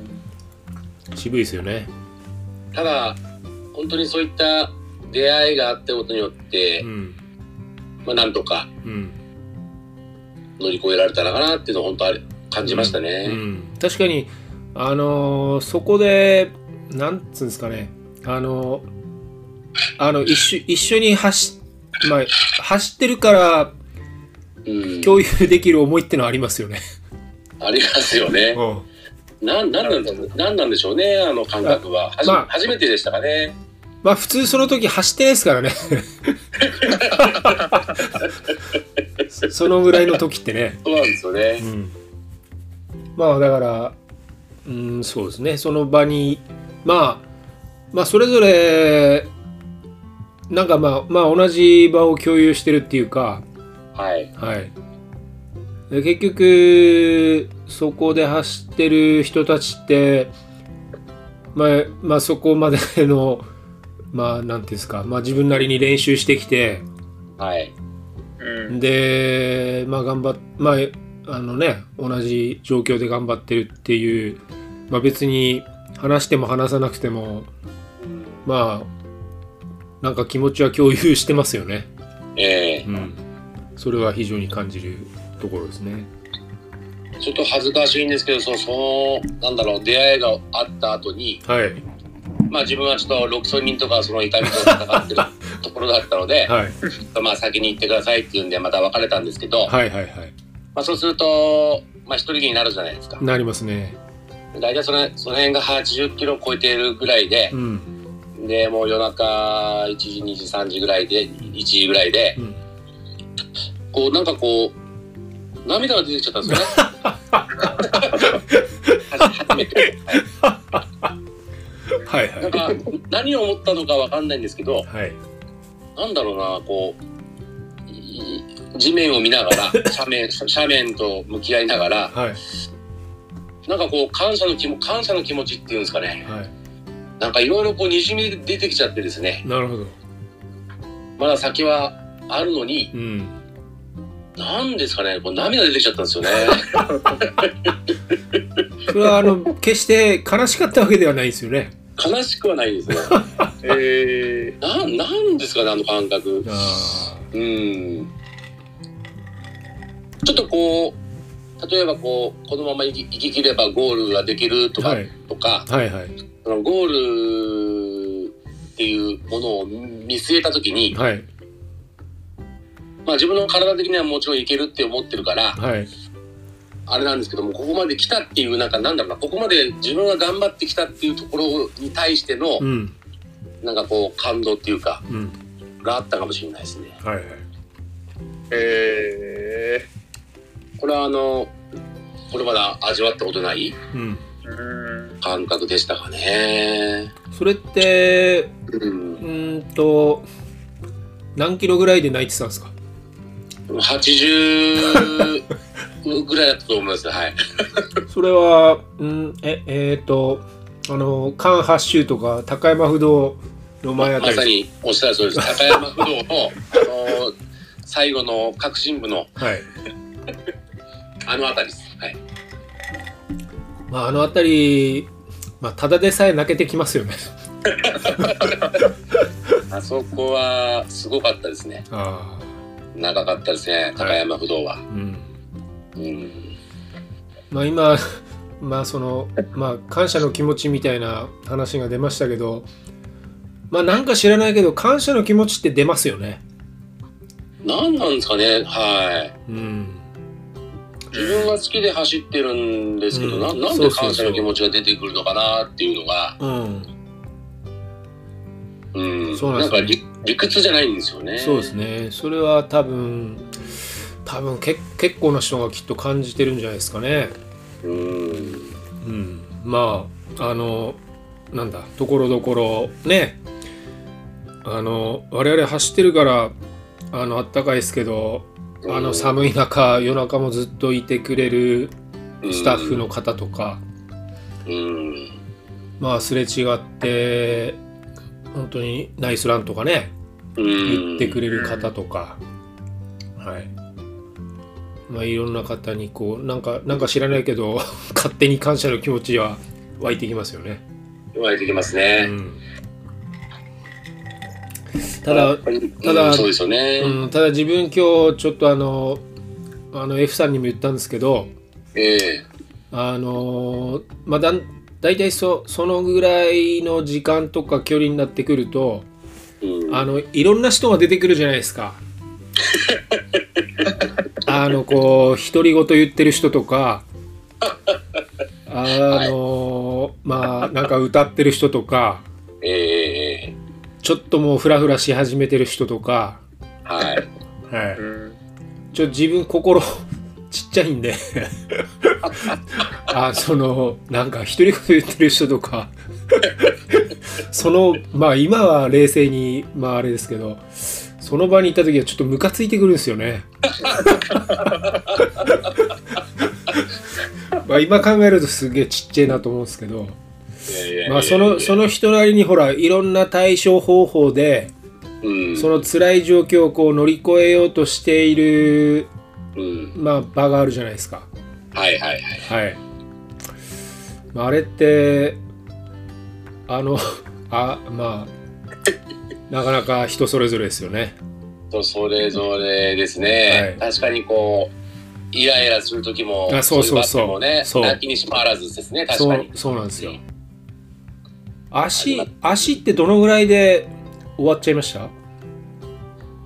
Speaker 4: 渋いですよね
Speaker 1: ただ、本当にそういった出会いがあったことによって
Speaker 4: う、ん
Speaker 1: まあ、なんとか
Speaker 4: うん
Speaker 1: 乗り越えられたのかなっていうのを本当あれ感じました
Speaker 4: う
Speaker 1: ね。
Speaker 4: ん
Speaker 2: 確かにあのーそこでなんつうんですかねあのーあの一緒一緒に走,、まあ、走ってるから
Speaker 1: うん。
Speaker 2: 共有できる思いってのはありますよね。
Speaker 1: ありますよね。
Speaker 4: うん
Speaker 1: なん、なんなんだろう、なんなんでしょうね、あの感覚は。はじ、
Speaker 2: まあ
Speaker 1: 初めてでしたかね。
Speaker 2: まあ普通その時走ってないですからね。そのぐらいの時ってね。
Speaker 1: そうなんですよね。
Speaker 4: うん
Speaker 2: まあだから、うん、そうですね。その場に、まあ、まあそれぞれ、なんかまあ、まあ同じ場を共有してるっていうか、
Speaker 1: はい。
Speaker 2: はい。で結局、そこで走ってる人たちって、まあ、まあ、そこまでの、 まあ、なんていうんですか、まあ、自分なりに練習してきて、
Speaker 1: はい。
Speaker 3: んうん
Speaker 2: で、まあ、頑張っ、まあ、あのね、同じ状況で頑張ってるっていう、まあ、別に話しても話さなくても、まあ、なんか気持ちは共有してますよね。
Speaker 1: ええ
Speaker 4: うん
Speaker 2: それは非常に感じるところですね。
Speaker 1: ちょっと恥ずかしいんですけど、その、その、なんだろう、出会いがあった後に。
Speaker 4: はい
Speaker 1: まあ、自分はちょっとロキソニンとか、その痛みと戦ってるところだったので、
Speaker 4: はい
Speaker 1: まあ、先に行ってくださいっていうんで、また別れたんですけ
Speaker 4: は
Speaker 1: ど。
Speaker 4: いはいはい
Speaker 1: まあ、そうすると、まあ、一人になるじゃないですか。
Speaker 2: なりますね。
Speaker 1: 大体、その、その辺が80キロ超えてるぐらいで
Speaker 4: う、ん
Speaker 1: で、もう夜中1時、2時、3時ぐらいで、1時ぐらいで。
Speaker 4: うん
Speaker 1: こうなんかこう涙が出てきちゃったんですよね。初めて
Speaker 4: はいは
Speaker 1: なん
Speaker 4: い
Speaker 1: か何を思ったのかわかんないんですけど
Speaker 4: はい
Speaker 1: なんだろうなこうい地面を見ながら斜面斜面と向き合いながら
Speaker 4: はい
Speaker 1: なんかこう感謝の気も感謝の気持ちっていうんですかね
Speaker 4: はい
Speaker 1: なんかいろいろこうにじみ出てきちゃってですね
Speaker 4: なるほど
Speaker 1: まだ先はあるのに
Speaker 4: うん
Speaker 1: 何ですかねこう涙出てきちゃったんです よね。
Speaker 2: それはあの 決して悲しかったわけではないですよね。
Speaker 1: 悲しくはないですね。
Speaker 3: えー、
Speaker 1: ななんですかねあの感覚。
Speaker 4: あ
Speaker 1: うんちょっとこう例えばこうこのまま生き生き切ればゴールができると
Speaker 4: ー
Speaker 1: か、
Speaker 4: はい
Speaker 1: とか
Speaker 4: はいはい
Speaker 1: そのゴールっていうものを見据えた時に、
Speaker 4: はい
Speaker 1: まあ、自分の体的にはもちろんいけるって思ってるから
Speaker 4: はい
Speaker 1: あれなんですけどもここまで来たっていうなんかなんだろうなここまで自分が頑張ってきたっていうところに対しての
Speaker 4: うん
Speaker 1: なんかこう感動っていうか
Speaker 4: うん
Speaker 1: があったかもしれないですね。
Speaker 4: はいはい
Speaker 3: え
Speaker 1: これはあのこれまだ味わったことない
Speaker 4: うん
Speaker 3: ー、うん
Speaker 1: 感覚でしたかね。
Speaker 2: それって
Speaker 1: う、
Speaker 2: うんーんと何キロぐらいで泣いてたんですか
Speaker 1: 80ぐらいだったと思います。はい。
Speaker 2: それはうんええー、とあの関八州とか高山不動の前あ
Speaker 1: ま
Speaker 2: た
Speaker 1: さ
Speaker 2: り
Speaker 1: におっしゃるそうです。高山不動のあの最後の革新部の
Speaker 4: はい
Speaker 1: あの辺りです。はい。
Speaker 2: まあ、あの辺り、まあ、ただでさえ泣けてきますよ ね
Speaker 1: あそこはすごかったですね。
Speaker 4: あ
Speaker 1: 長かったですね。高山不動は。
Speaker 4: あうん
Speaker 1: うん。
Speaker 2: まあ今まあそのまあ感謝の気持ちみたいな話が出ましたけどまあなんか知らないけど感謝の気持ちって出ますよね
Speaker 1: 何なんですかね。はい。
Speaker 4: うん
Speaker 1: 自分が好きで走ってるんですけど、
Speaker 4: うん
Speaker 1: ななん
Speaker 4: そうそう
Speaker 1: で
Speaker 4: そう
Speaker 1: 感謝の気持ちが出てくるのかなっていうのが、
Speaker 4: うん
Speaker 1: うん、
Speaker 2: そうな
Speaker 1: なんん
Speaker 2: で
Speaker 1: か
Speaker 2: すよね
Speaker 1: 理理屈じゃないんですよね。
Speaker 4: そうです
Speaker 1: ね。
Speaker 2: ねそれは多分多分け結構な人がきっと感じてるんじゃないですかね
Speaker 1: うん。
Speaker 4: うん
Speaker 2: まああのなんだところどころねあの我々走ってるからあのあったかいですけどあの寒い中夜中もずっといてくれるスタッフの方とか、
Speaker 1: うん。
Speaker 2: まあすれ違って本当にナイスランとかね
Speaker 1: 言
Speaker 2: 言ってくれる方とか、はいまあいろんな方にこうなんかなんか知らないけど 勝手に感謝の気持ちは湧いてきますよね
Speaker 1: 言われてきます
Speaker 4: う
Speaker 1: ね。
Speaker 4: ん
Speaker 2: ただ、た
Speaker 1: た
Speaker 2: だ
Speaker 1: そうですよね。
Speaker 2: うん、ただ自分今日ちょっとあのあの F さんにも言ったんですけど
Speaker 1: ええ
Speaker 2: あのまあだん大体そそのぐらいの時間とか距離になってくると
Speaker 1: うん
Speaker 2: あのいろんな人が出てくるじゃないですか。あのこう独り言言ってる人とかあの、まあなんか歌ってる人とか
Speaker 1: ええええ
Speaker 2: ちょっともうフラフラし始めてる人とか
Speaker 1: はい。
Speaker 4: はい
Speaker 3: うん
Speaker 2: ちょ自分心 ちっちゃい んであそのなんか独り言言ってる人とかそのまあ今は冷静にまああれですけどその場に行った時はちょっとムカついてくるんです よね。まあ今考えるとすげえちっちゃいなと思うんですけど、まあ、そのそ
Speaker 1: の、
Speaker 2: の人なりにほらいろんな対処方法で
Speaker 1: うん、
Speaker 2: その辛い状況をこう乗り越えようとしている
Speaker 1: うん、
Speaker 2: まあ、場があるじゃないですか。
Speaker 1: はいはいはい。
Speaker 2: はい。まあ、あれって、あの、 あ、まあ、なかなか人それぞれですよね。
Speaker 1: とそれぞれですね。
Speaker 2: は
Speaker 1: 確かにこう。イライラする時も、
Speaker 2: あそうそうそう
Speaker 1: いバッグもね、
Speaker 2: そう
Speaker 1: 泣きにしもあらずですね、確
Speaker 2: そ
Speaker 1: か
Speaker 2: う
Speaker 1: に、。
Speaker 2: そうなんですよ。
Speaker 1: あ
Speaker 2: 足
Speaker 1: り、
Speaker 2: 足ってどのぐらいで終わっちゃいました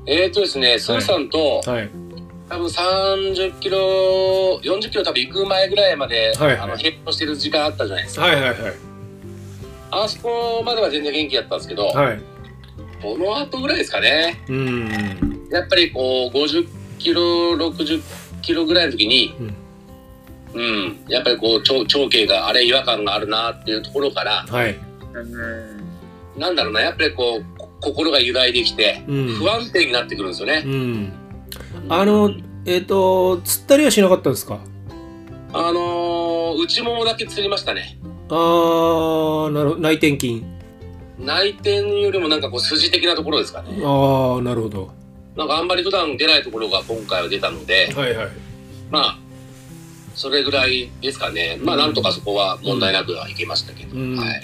Speaker 1: えっ、とですね、スーさんと、
Speaker 2: はい。
Speaker 1: 多分30キロ、40キロ多分行く前ぐらいまで、
Speaker 2: はいはい
Speaker 1: あの並行してる時間あったじゃないですか。
Speaker 2: はいはいはい。
Speaker 1: あそこまでは全然元気だったんですけど、
Speaker 2: はい。
Speaker 1: この後ぐらいですかね、
Speaker 4: うん
Speaker 1: やっぱりこう、50キロ、60キロぐらいの時に、
Speaker 4: うん
Speaker 1: うん、やっぱりこう、長長径があれ違和感があるなっていうところから、
Speaker 4: はい
Speaker 3: うん
Speaker 1: なんだろうな、やっぱりこう、こ心が揺らいできて、
Speaker 4: うん
Speaker 1: 不安定になってくるんですよね。
Speaker 4: うん
Speaker 2: あの、えっ、と、釣ったりはしなかったんですか
Speaker 1: あのー、内ももだけ釣りましたね。
Speaker 2: あー、なるほど内転筋。
Speaker 1: 内転よりもなんかこう、筋的なところですかね。
Speaker 2: あー、なるほど。
Speaker 1: なんかあんまり普段出ないところが今回は出たので、
Speaker 2: はいはい。
Speaker 1: まあ、それぐらいですかね。まあ、なんとかそこは問題なくはいけましたけど。
Speaker 2: うん
Speaker 1: はい。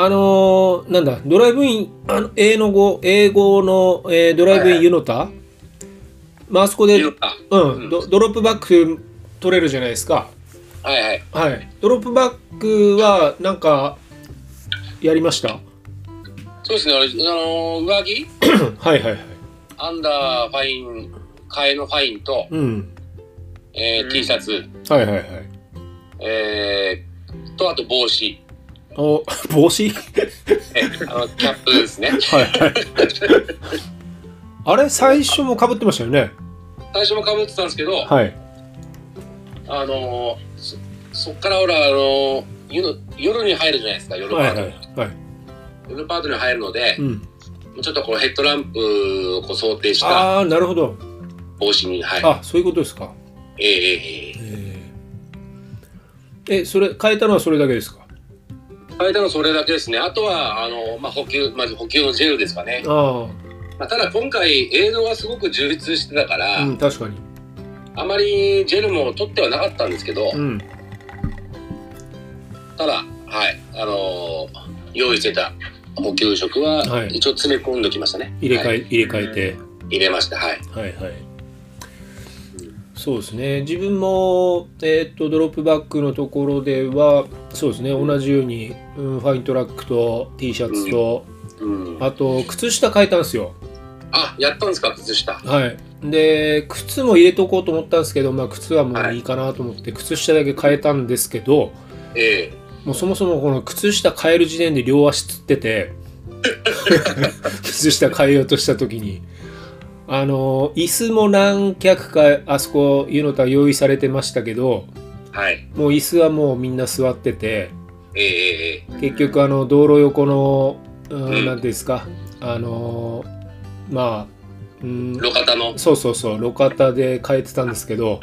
Speaker 2: あのーなんだ、ドライブイン、あの英の語、英語の、えードライブ
Speaker 1: はい
Speaker 2: イ
Speaker 1: は
Speaker 2: ン
Speaker 1: い
Speaker 2: ユノタ、まああそこ
Speaker 1: い
Speaker 2: で、
Speaker 1: いうの
Speaker 2: ん
Speaker 1: かうん
Speaker 2: ド、ドロップバック取れるじゃないですか。
Speaker 1: はいはい。
Speaker 2: はい。ドロップバックは、なんか、やりました
Speaker 1: そうですね、あれ、あのー上着、
Speaker 2: はいはいはい。
Speaker 1: アンダーファイン、替えのファインと、
Speaker 2: うん。
Speaker 1: えー
Speaker 3: うん
Speaker 1: T シャツ、
Speaker 2: はいはいはい。
Speaker 1: えー、とあと帽子、
Speaker 4: お、帽子
Speaker 1: えあのキャップですね
Speaker 4: はいはい。
Speaker 2: あれ、最初もかぶってましたよね。
Speaker 1: 最初もかぶってたんですけど、
Speaker 2: はい。
Speaker 1: あのーそそっからほら、あのー夜夜に入るじゃないですか夜パ
Speaker 2: はい
Speaker 1: ート、
Speaker 2: はいはい。
Speaker 1: 夜パートに入るので
Speaker 2: う、ん。
Speaker 1: ちょっとこうヘッドランプをこう想定した
Speaker 2: ああ、なるほど。
Speaker 1: 帽子にはい
Speaker 2: あ、そういうことですか。
Speaker 1: ええええええ
Speaker 2: えーえ、それ、変えたのはそれだけですか。
Speaker 1: 変えたのそれだけですねあとはあの、まあ、補給まず補給のジェルですかね、
Speaker 2: あ
Speaker 1: まあ、ただ今回映像はすごく充実してたから、
Speaker 2: あ、うん、確かに。
Speaker 1: あまりジェルも取ってはなかったんですけど、
Speaker 2: うん。
Speaker 1: ただはいあのー用意してた補給食は
Speaker 2: はい
Speaker 1: 一応詰め込んできましたね、
Speaker 4: 入れ
Speaker 1: は
Speaker 4: 替
Speaker 1: い
Speaker 4: え、入れ替えて。
Speaker 1: 入れましたはい
Speaker 4: はいはい。
Speaker 2: そうですね自分も、えーっとドロップバックのところではそうですね同じように、うん、ファイントラックと T シャツと、
Speaker 1: うん
Speaker 2: あと靴下変えたんですよ
Speaker 1: あやったんですか靴下
Speaker 2: はいで靴も入れとこうと思ったんですけど、まあ、靴はもういいかなと思って靴下だけ変えたんですけど
Speaker 1: ええ
Speaker 2: もうそもそもこの靴下変える時点で両足つってて靴下変えようとした時にあの椅子も何脚かあそこ湯のた用意されてましたけど
Speaker 1: はい
Speaker 2: もう椅子はもうみんな座ってて
Speaker 1: ええええ
Speaker 2: 結局あの道路横の何、うん、
Speaker 1: うん
Speaker 2: なんていうんですかあのーまあ、うん、
Speaker 1: 路肩の
Speaker 2: そうそうそう路肩で変えてたんですけど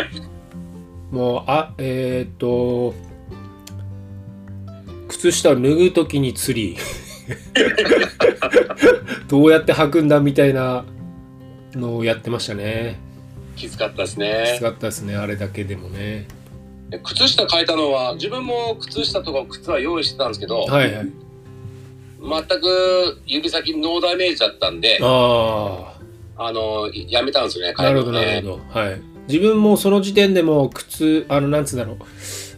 Speaker 2: もうあえーっと靴下を脱ぐ時に釣りどうやって履くんだみたいなのをやってましたね
Speaker 1: きつかったです
Speaker 2: きつ
Speaker 1: ね
Speaker 2: かったですねあれだけでもね
Speaker 1: 靴下変えたのは自分も靴下とか靴は用意してたんですけど、
Speaker 2: はいはい
Speaker 1: 全く指先ノーダメージだったんであ
Speaker 2: ああ
Speaker 1: のやめたんですよね
Speaker 2: な
Speaker 1: 変え
Speaker 2: る
Speaker 1: る
Speaker 2: ほど
Speaker 1: の
Speaker 2: な
Speaker 1: ね
Speaker 2: るほど、はい、自分もその時点でもう靴あのなんつうんだろう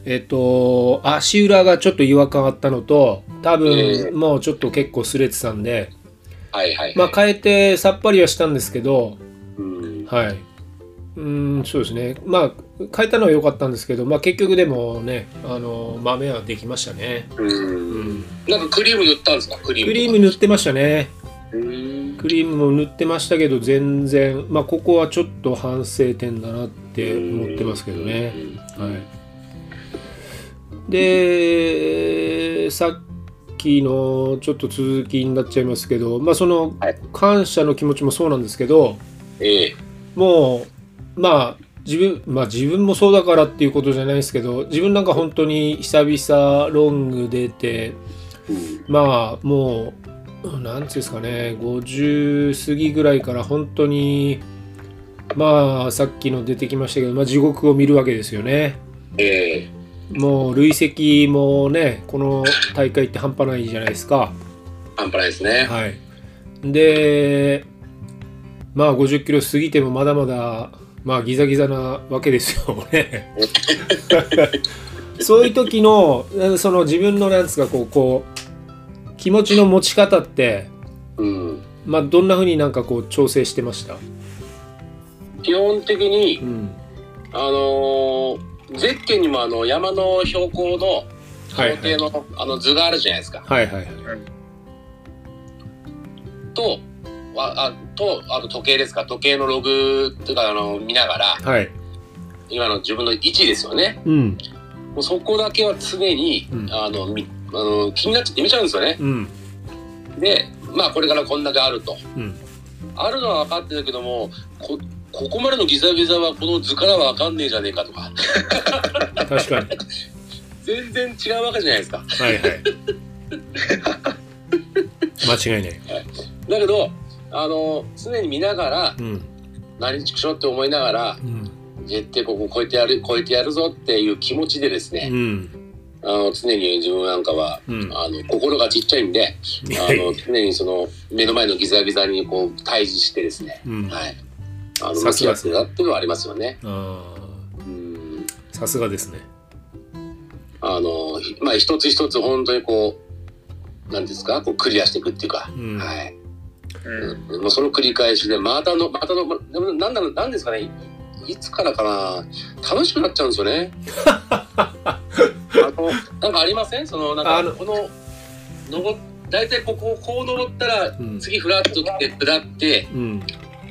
Speaker 2: えっ、と足裏がちょっと違和感あったのと多
Speaker 1: ええ
Speaker 2: 分もうちょっと結構擦れてたんで、
Speaker 1: はいはい、
Speaker 2: まあ変えてさっぱりはしたんですけど
Speaker 1: うん
Speaker 2: はいうーんそうですねまあ変えたのは良かったんですけど、まあ、結局でもねあの豆はできましたね
Speaker 1: うんなんかクリーム塗ったんですかクリーム
Speaker 2: クリーム塗ってましたね
Speaker 1: うん
Speaker 2: クリームも塗ってましたけど全然まあここはちょっと反省点だなって思ってますけどね、はい、でさっきのちょっと続きになっちゃいますけど、まあ、その
Speaker 1: はい
Speaker 2: 感謝の気持ちもそうなんですけど
Speaker 1: ええ
Speaker 2: もうまあ自分まあ自分もそうだからっていうことじゃないですけど自分なんか本当に久々ロング出てまあもうなんていうんですかね50過ぎぐらいから本当にまあさっきの出てきましたけど、まあ、地獄を見るわけですよね。
Speaker 1: ええ
Speaker 2: もう累積もねこの大会って半端ないじゃないですか。
Speaker 1: 半端ないですね
Speaker 2: はい、でまあ50キロ過ぎてもまだまだ、まあ、ギザギザなわけですよ ね。そういう時のうんその自分のなんですかこうこう気持ちの持ち方って、
Speaker 1: うん
Speaker 2: まあ、どんなふうになんかこう調整してました、
Speaker 1: 基本的に
Speaker 2: ん
Speaker 1: あのーゼッケンにもあの山の標高の
Speaker 2: はい
Speaker 1: 想定の、あの図があるじゃないですか
Speaker 2: はいはいはい
Speaker 1: とああとあと時計ですか時計のログとかあの見ながら
Speaker 2: はい。
Speaker 1: 今の自分の位置ですよね
Speaker 2: うん
Speaker 1: もうそこだけは常に、
Speaker 2: うん
Speaker 1: あのみあの気になっちゃって見ちゃうんですよね
Speaker 2: うん
Speaker 1: でまあこれからこんだけあると
Speaker 2: うん
Speaker 1: あるのは分かってるけどもこここまでのギザギザはこの図からは分かんねえじゃねえかとか
Speaker 2: 確かに。
Speaker 1: 全然違うわけじゃないですか
Speaker 2: はいはい。間違いない。
Speaker 1: だけどあの常に見ながら
Speaker 2: うん
Speaker 1: 何ちくしょうって思いながら
Speaker 2: うん
Speaker 1: 絶対ここ超えてやる超えてやるぞっていう気持ちでですね、
Speaker 2: うん
Speaker 1: あの常に自分なんかは
Speaker 2: うん。
Speaker 1: あの心がちっちゃいんで
Speaker 2: い
Speaker 1: あ
Speaker 2: やいや
Speaker 1: の常にその目の前のギザギザにこう対峙してですね、
Speaker 2: うん
Speaker 1: はい、あの
Speaker 2: さ
Speaker 1: 向
Speaker 2: す
Speaker 1: き合
Speaker 2: が
Speaker 1: ってたっていうのはありますよね。
Speaker 2: あー
Speaker 1: うん
Speaker 2: さすがですね。
Speaker 1: あのまあ、一つ一つ本当にこうなんですかこうクリアしていくっていうか、
Speaker 2: うん
Speaker 1: はい、
Speaker 3: うん
Speaker 1: うんもうその繰り返しでまたのまたのまでもなんだろうなんですかねいつからかな楽しくなっちゃうんですよ ね。あのなんかありませんそのなん
Speaker 5: あ
Speaker 1: か
Speaker 5: の
Speaker 1: この登っ大体こここう登ったら
Speaker 2: うん
Speaker 1: 次フラッと来て下って
Speaker 2: うん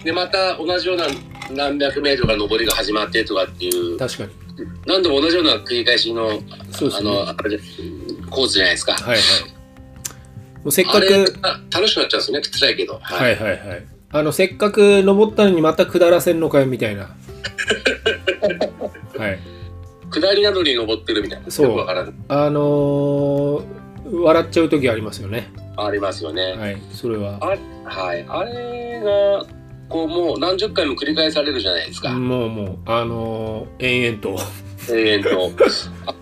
Speaker 1: でまた同じような何百メートルが登りが始まってとかっていう
Speaker 2: 確かに
Speaker 1: 何度も同じような繰り返しの
Speaker 2: そうで
Speaker 1: あ
Speaker 2: すね
Speaker 1: の
Speaker 2: は
Speaker 1: あれコースじゃないですか。
Speaker 2: いはいもうせっ
Speaker 1: あ
Speaker 2: か
Speaker 1: れ
Speaker 2: く
Speaker 1: あ楽しくなっちゃうんですよね辛いけど。
Speaker 2: はいはいはいあのせっかく登ったのにまた下らせんのかよみたいな はい
Speaker 1: 下りなのに登ってるみたいな。
Speaker 2: そう
Speaker 1: よくわからん
Speaker 2: あのー笑っちゃう時ありますよね
Speaker 1: ありますよね。
Speaker 2: はいそれは
Speaker 1: はい、あれがこうもう何十回も繰り返されるじゃないですか、
Speaker 2: もうもうあのー延々と
Speaker 1: 永遠 とあ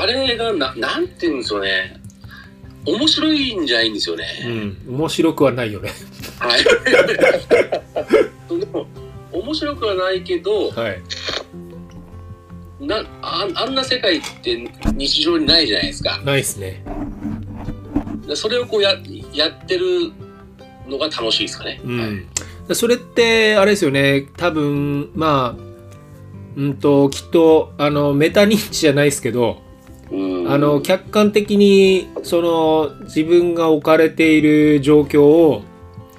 Speaker 1: あれがななんて言うんでしょうね面白いんじゃないんですよね、
Speaker 2: うん面白くはないよね
Speaker 1: はい でも面白くはないけど
Speaker 2: はい
Speaker 1: なああんな世界って日常にないじゃないですか
Speaker 2: ないっすね
Speaker 1: それをこうややってるのが楽しいですかね、
Speaker 2: う
Speaker 1: はい
Speaker 2: ん、それってあれですよね多分まあうんときっとあのメタ認知じゃないですけど、
Speaker 1: うん
Speaker 2: あの客観的にその自分が置かれている状況を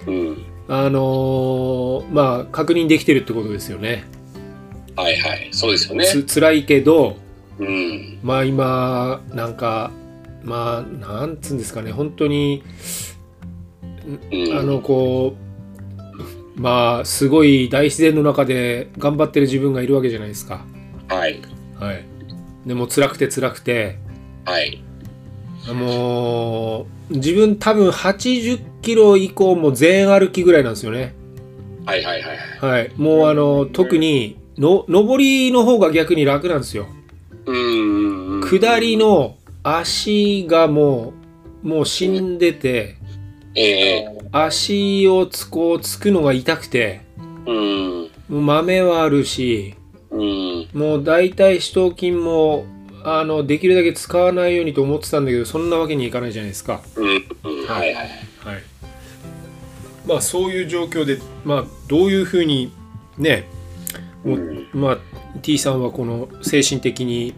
Speaker 1: うん
Speaker 2: あのーまあ確認できてるってことですよね
Speaker 1: はいはいそうですよね
Speaker 2: つ辛いけど
Speaker 1: うん
Speaker 2: まあ今なんかまあなんつうんですかね本当に
Speaker 1: うん
Speaker 2: あのこうまあすごい大自然の中で頑張ってる自分がいるわけじゃないですか。
Speaker 1: はい
Speaker 2: はい、でも辛くて辛くて
Speaker 1: はい
Speaker 2: もう自分多分80キロ以降も全歩きぐらいなんですよね。
Speaker 1: はいはいはいはい
Speaker 2: はい、もうあの特にの上りの方が逆に楽なんですよ。
Speaker 1: うん
Speaker 2: 下り、の足がもうもう死んでて
Speaker 1: ええ
Speaker 2: 足をつこうつくのが痛くて
Speaker 1: うん、
Speaker 2: もう豆はあるし
Speaker 1: うん、
Speaker 2: もう大体四頭筋もあのできるだけ使わないようにと思ってたんだけどそんなわけにいかないじゃないですか。
Speaker 1: うん、うんはいはい。
Speaker 2: はい、まあそういう状況で、まあ、どういうふうにね、も
Speaker 1: うん
Speaker 2: まあ、T さんはこの精神的に、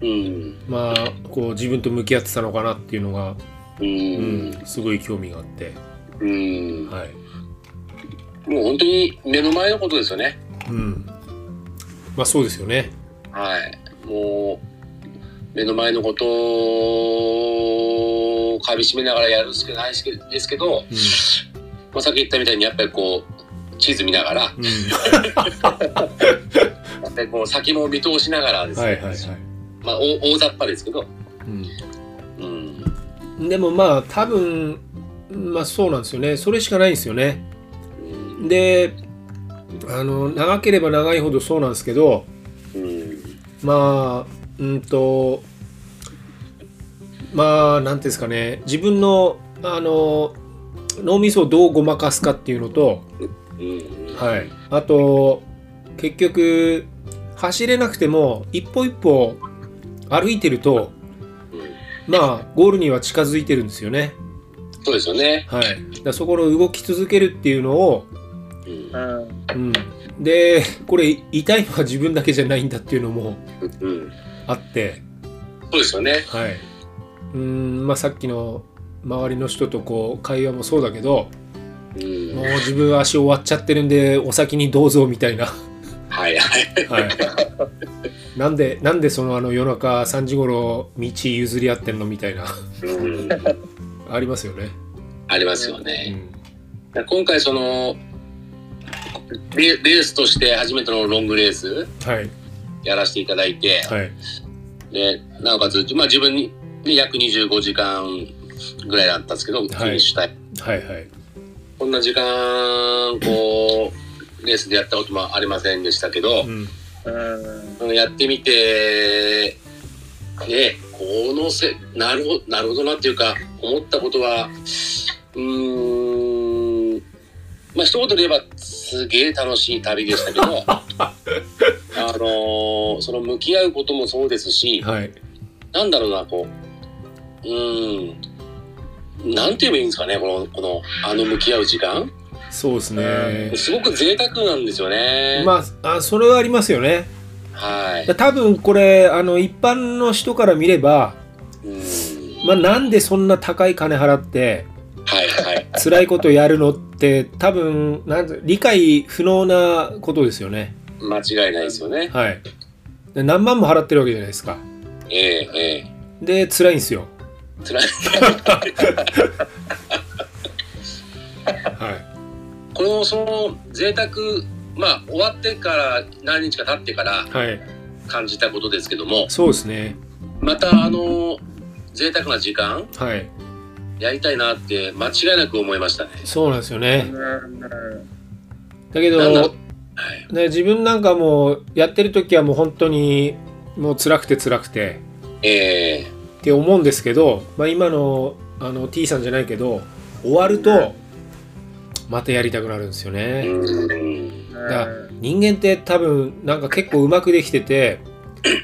Speaker 1: うん、
Speaker 2: まあ、こう自分と向き合ってたのかなっていうのが、
Speaker 1: う
Speaker 2: うん
Speaker 1: ん、
Speaker 2: すごい興味があって、
Speaker 1: うん、
Speaker 2: はい
Speaker 1: もう本当に目の前のことですよね。
Speaker 2: うんまあ、そうですよね。
Speaker 1: はい、もう目の前のことをかみしめながらやるしかないですけど、まあ、さっき言ったみたいにやっぱりこう地図見ながら、
Speaker 2: うんうん
Speaker 1: やっぱりこう先も見通しながらですね。
Speaker 2: はいはいはい
Speaker 1: まあ大大雑把ですけど、
Speaker 2: うん
Speaker 1: うん、
Speaker 2: でもまあ多分まあそうなんですよねそれしかないんですよね
Speaker 1: うん、
Speaker 2: であの長ければ長いほどそうなんですけど
Speaker 1: うん、
Speaker 2: まあうんとまあなんていうんですかね自分のあの脳みそをどうごまかすかっていうのと、
Speaker 1: うん、
Speaker 2: はい、あと結局走れなくても一歩一歩歩いてると
Speaker 1: うん
Speaker 2: まあゴールには近づいてるんですよね。
Speaker 1: そうですよね。
Speaker 2: はい、だからそこの動き続けるっていうのを、
Speaker 1: うん
Speaker 2: うん、でこれ痛いのは自分だけじゃないんだっていうのも
Speaker 1: うん、
Speaker 2: あって、
Speaker 1: そうですよね。
Speaker 2: はいうんまあ、さっきの周りの人とこう会話もそうだけど
Speaker 1: う、
Speaker 2: もうん自分足終わっちゃってるんでお先にどうぞみたいな、は
Speaker 1: はいはい。
Speaker 2: い、なんでなんでそのあの夜中3時頃道譲り合ってんのみたいな
Speaker 1: うん、
Speaker 2: ありますよね。
Speaker 1: ありますよ
Speaker 2: う
Speaker 1: ね。
Speaker 2: ん
Speaker 1: 今回そのレレースとして初めてのロングレース
Speaker 2: はい
Speaker 1: やらせていただいて、
Speaker 2: はい
Speaker 1: でなおかつまあ自分に約25時間ぐらいだったんですけど、フィニッシュタイム
Speaker 2: はいはい
Speaker 1: こんな時間こうレースでやったこともありませんでしたけど
Speaker 2: う、ん
Speaker 1: やってみてねこのせなるほどなるほどなっていうか思ったことはうーんまあ一言で言えばすげえ楽しい旅でしたけ どあのーその向き合うこともそうですし
Speaker 2: はい
Speaker 1: なんだろうなこううーんなんて言えばいいんですかねこのこのあの向き合う時間
Speaker 2: そうですね。
Speaker 1: すごく贅沢なんですよね。
Speaker 2: まあ、あそれはありますよね。
Speaker 1: はい。
Speaker 2: 多分これ、あの、一般の人から見れば、
Speaker 1: うん
Speaker 2: まあ、なんでそんな高い金払って、
Speaker 1: はいはい。
Speaker 2: 辛いことやるのって、多分なんて理解不能なことですよね。
Speaker 1: 間違いないですよね。
Speaker 2: はい。で何万も払ってるわけじゃないですか。
Speaker 1: ええええ。
Speaker 2: で、辛いんですよ。
Speaker 1: 辛い。
Speaker 2: はい。
Speaker 1: このその贅沢まあ終わってから何日か経ってから
Speaker 2: はい。
Speaker 1: 感じたことですけども
Speaker 2: そうですね。
Speaker 1: またあの贅沢な時間
Speaker 2: はい。
Speaker 1: やりたいなって間違いなく思いましたね。
Speaker 2: そうなんですよね。
Speaker 3: う
Speaker 2: だけど、
Speaker 1: なんだろう
Speaker 2: ね、自分なんかもうやってる時はもう本当にもう辛くて辛くて
Speaker 1: ええ
Speaker 2: って思うんですけど、まあ、今のあの T さんじゃないけど終わるとまたやりたくなるんですよね。
Speaker 1: うん
Speaker 3: ん
Speaker 2: だ人間って多分なんか結構うまくできてて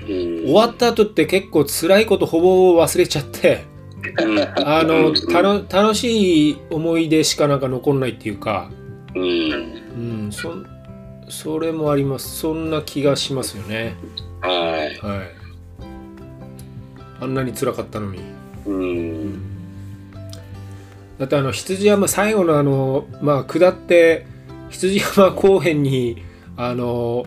Speaker 2: 終
Speaker 1: 終
Speaker 2: わった後って結構辛いことほぼ忘れちゃってあのたの楽しい思い出しかなんか残んないっていうか、
Speaker 1: うん
Speaker 2: うん、そんそれもありますそんな気がしますよね。
Speaker 1: はい
Speaker 2: はい。あんなに辛かったのに。
Speaker 1: うん
Speaker 2: だってあの羊山最後のあのまあ下って羊山公園にあの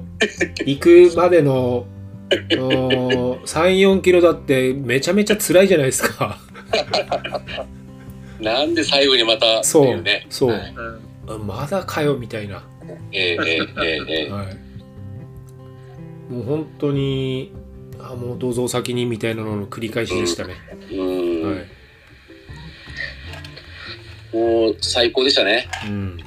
Speaker 2: 行くまでの34キロだってめちゃめちゃ辛いじゃないです か
Speaker 1: なんで最後にまたって
Speaker 2: そう
Speaker 1: いうね
Speaker 2: そう
Speaker 1: はい
Speaker 2: あまだかよみたいな、
Speaker 1: えええええええ
Speaker 2: はい、もう本当にあもうどうぞお先にみたいなのの繰り返しでしたね、
Speaker 1: えうん
Speaker 2: はい
Speaker 1: もう最高でしたね
Speaker 2: うん、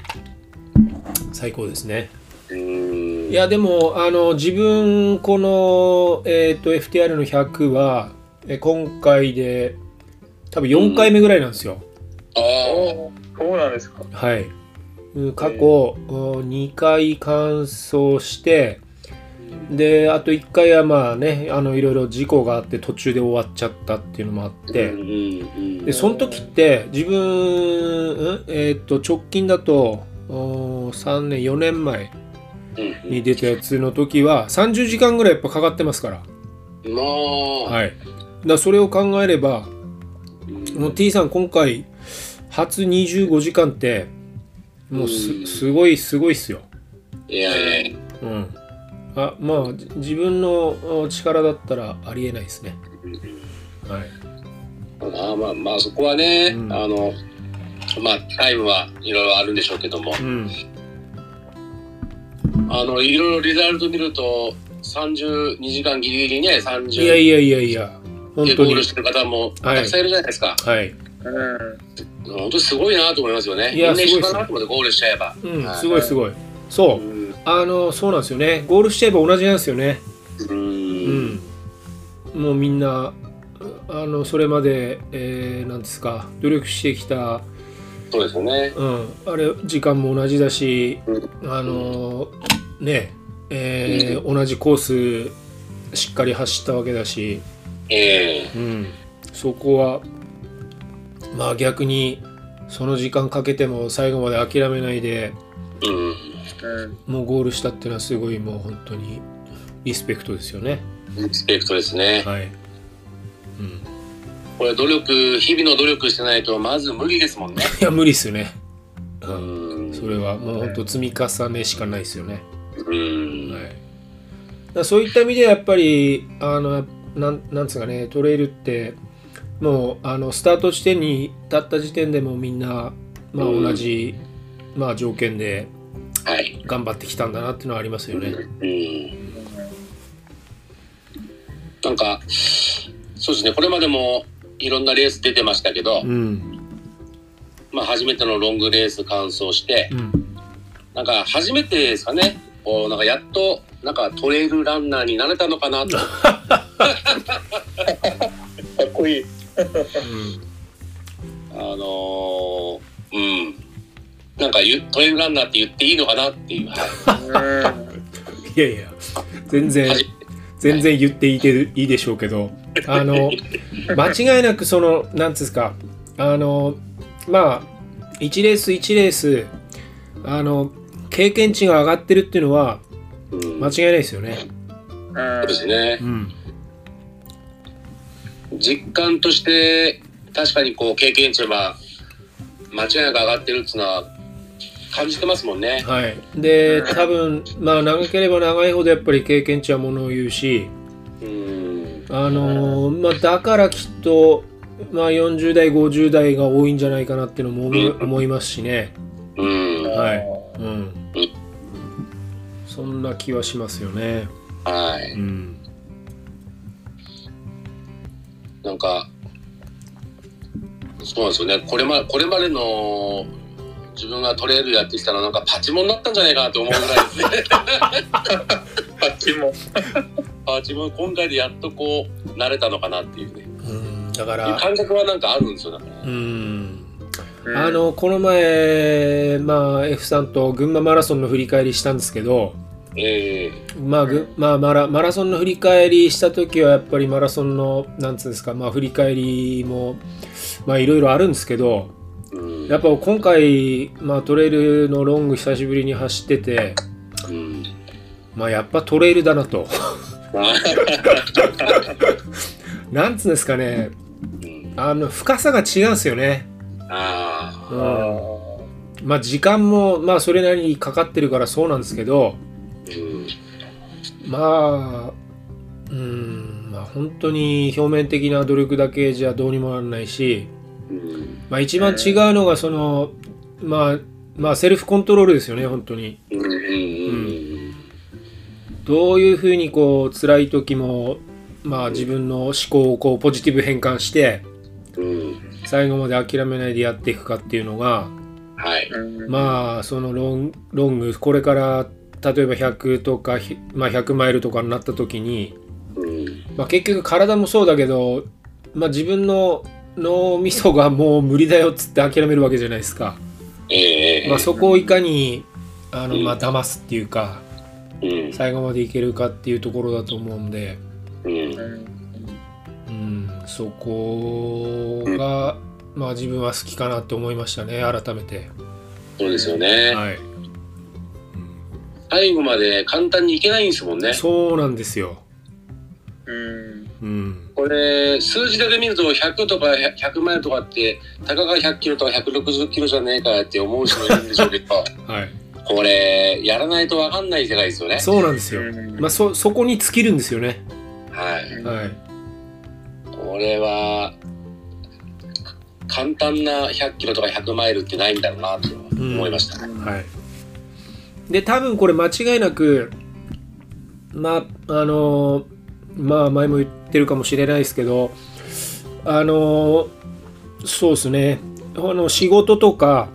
Speaker 2: 最高ですね
Speaker 1: うん
Speaker 2: いやでもあの自分この、えー、と FTR の100はえー今回で多分4回目ぐらいなんですよ、
Speaker 1: ああ
Speaker 3: おそうなんですか。
Speaker 2: はいうん過去2回完走してであと1回はまあねあのいろいろ事故があって途中で終わっちゃったっていうのもあって、
Speaker 1: うんうん
Speaker 2: でその時って自分、うんえー、と直近だと3年4年前
Speaker 1: うん
Speaker 2: に出たやつの時は30時間ぐらいやっぱかかってますから
Speaker 1: まあ、
Speaker 2: はい、だからそれを考えれば
Speaker 1: うん
Speaker 2: もう T さん今回初25時間っても
Speaker 1: う
Speaker 2: う
Speaker 1: ん
Speaker 2: すすごいすごいっすよ。
Speaker 1: いやいや、
Speaker 2: うん、あまあじ自分のお力だったらありえないですね。はい、
Speaker 1: まあまあまあそこはね、
Speaker 2: うん
Speaker 1: あのまあタイムはいろいろあるんでしょうけども
Speaker 2: うん
Speaker 1: あのいろいろリザルト見ると32時間ギリギリね30
Speaker 2: いやいやいやいや本
Speaker 1: で
Speaker 2: 当
Speaker 1: ゴ
Speaker 2: に
Speaker 1: ールしてる方も
Speaker 2: はい
Speaker 1: たくさんいるじゃないですか、
Speaker 2: はい、
Speaker 3: うん。
Speaker 1: 本当にすごいなと思いますよね
Speaker 2: いや
Speaker 1: みんな一緒
Speaker 2: すごいです
Speaker 1: かなと思ってゴールしちゃえば、
Speaker 2: うん、
Speaker 1: はい
Speaker 2: すごいすごい。そう
Speaker 1: うん
Speaker 2: あのそうなんですよねゴールしちゃえば同じなんですよね。
Speaker 1: うん
Speaker 2: うん、もうみんなあのそれまで、えー、なんですか努力してきた
Speaker 1: そうですよね
Speaker 2: うん、あれ時間も同じだし、
Speaker 1: う
Speaker 2: あのーねえー同じコースしっかり走ったわけだし、
Speaker 1: ええ
Speaker 2: うん、そこはまあ逆にその時間かけても最後まで諦めないで
Speaker 1: うん
Speaker 3: うん。
Speaker 2: もうゴールしたっていうのはすごいもう本当にリスペクトですよね。
Speaker 1: リスペクトですね、
Speaker 2: はいうん、
Speaker 1: これ努力日々の努力してないとまず無理ですもんね
Speaker 2: いや無理っすよね、う、
Speaker 1: うんん
Speaker 2: それはもう本当積み重ねしかないですよね。
Speaker 1: うん、
Speaker 2: はい、だからそういった意味でやっぱりあのなんなんつうかねトレイルってもうあのスタート地点に立った時点でもうみんな、まあ、
Speaker 1: うん
Speaker 2: 同じ、まあ、条件で
Speaker 1: はい
Speaker 2: 頑張ってきたんだなっていうのはありますよね。
Speaker 1: うんなんか、そうですね、これまでもいろんなレース出てましたけど、
Speaker 2: うん
Speaker 1: まあ、初めてのロングレース完走して
Speaker 2: う、ん
Speaker 1: なんか、初めてですかね、こう、なんか、やっと、なんか、トレイルランナーになれたのかなと。かっこいい。あのーうん。なんかゆ、トレイルランナーって言っていいのかなっていう。はい
Speaker 2: いやいや全然
Speaker 1: 初
Speaker 2: 全然言っていいていいでしょうけどあ の間違いなくそのなんつうんですかあのまあ1レース1レースあの経験値が上がってるっていうのは
Speaker 1: うん
Speaker 2: 間違いないですよね。
Speaker 1: そうですね
Speaker 2: う。ん、
Speaker 1: 実感として、確かにこう、経験値は、間違いなく上がってるっていうのは、感じてますもんね。
Speaker 2: はい、で多分まあ長ければ長いほどやっぱり経験値はものを言うし、
Speaker 1: うん。
Speaker 2: あのーまあ、だからきっと、まあ、40代50代が多いんじゃないかなっていうのも思い
Speaker 1: うん
Speaker 2: 思いますしね、
Speaker 1: うん。
Speaker 2: はいうん、そんな気はしますよね。
Speaker 1: はい。
Speaker 2: うん
Speaker 1: なんか、そうなんですよね。これま、これまでの、自分がトレイルやってきたら、なんかパチモンになったんじゃないかなと思うぐらいですね。
Speaker 3: あっちも。
Speaker 1: あ自分今回でやっとこう慣れたのかなっていうね
Speaker 2: うん、だから、
Speaker 1: 感覚はなんかあるんですよだから、
Speaker 2: うん、
Speaker 3: うん
Speaker 2: あ、のこの前、まあ、F さんと群馬マラソンの振り返りしたんですけど、
Speaker 1: ええ
Speaker 2: まあぐまあ、マラマラソンの振り返りした時はやっぱりマラソンのなんつうんですか、まあ、振り返りもまあいろいろあるんですけど
Speaker 1: うん
Speaker 2: やっぱ今回、まあ、トレイルのロング久しぶりに走ってて、
Speaker 1: うん
Speaker 2: まあ、やっぱトレイルだなと
Speaker 1: あ
Speaker 2: なんつうんですかね
Speaker 1: うん
Speaker 2: あの深さが違うんですよね、
Speaker 1: あ
Speaker 2: う
Speaker 1: ー
Speaker 2: んまあ、時間も、まあ、それなりにかかってるからそうなんですけど
Speaker 1: うん
Speaker 2: まあうんまあ本当に表面的な努力だけじゃどうにもならないし
Speaker 1: うん
Speaker 2: まあ、一番違うのがその、まあ、まあセルフコントロールですよね本当に
Speaker 1: うんうん
Speaker 2: どういうふうにこう辛い時も、まあ、自分の思考をこうポジティブ変換して
Speaker 1: うん
Speaker 2: 最後まで諦めないでやっていくかっていうのが
Speaker 1: はい
Speaker 3: うん
Speaker 2: まあそのロンロングこれから例えば100とか、ひまあ、100マイルとかになった時に、
Speaker 1: うん
Speaker 2: まあ、結局体もそうだけど、まあ、自分の脳みそがもう無理だよっつって諦めるわけじゃないですか。
Speaker 1: ええ
Speaker 2: まあ、そこをいかにあの、
Speaker 1: うん
Speaker 2: まあ、騙すっていうか
Speaker 1: うん
Speaker 2: 最後までいけるかっていうところだと思うんで、
Speaker 1: うん
Speaker 2: うん、そこが、まあ、自分は好きかなって思いましたね改めて、
Speaker 1: そうですよね、
Speaker 2: はい
Speaker 1: 最後まで簡単にいけないんですもんね
Speaker 2: そうなんですよ、
Speaker 3: うん
Speaker 2: うん
Speaker 1: これ数字だけ見ると100とか100マイルとかってたかが100キロとか160キロじゃねえかって思う人もいるんでしょうけど
Speaker 2: はい、
Speaker 1: これやらないとわかんない世界ですよね
Speaker 2: そうなんです
Speaker 3: う
Speaker 2: よ、
Speaker 3: ん
Speaker 2: まあ、そそこに尽きるんですよね、
Speaker 1: はい
Speaker 2: はい、
Speaker 1: これは簡単な100キロとか100マイルってないんだろうなと思いましたね。
Speaker 2: はい、で多分これ間違いなくまああのまあ前も言ってるかもしれないですけどあのそうですねあの仕事とか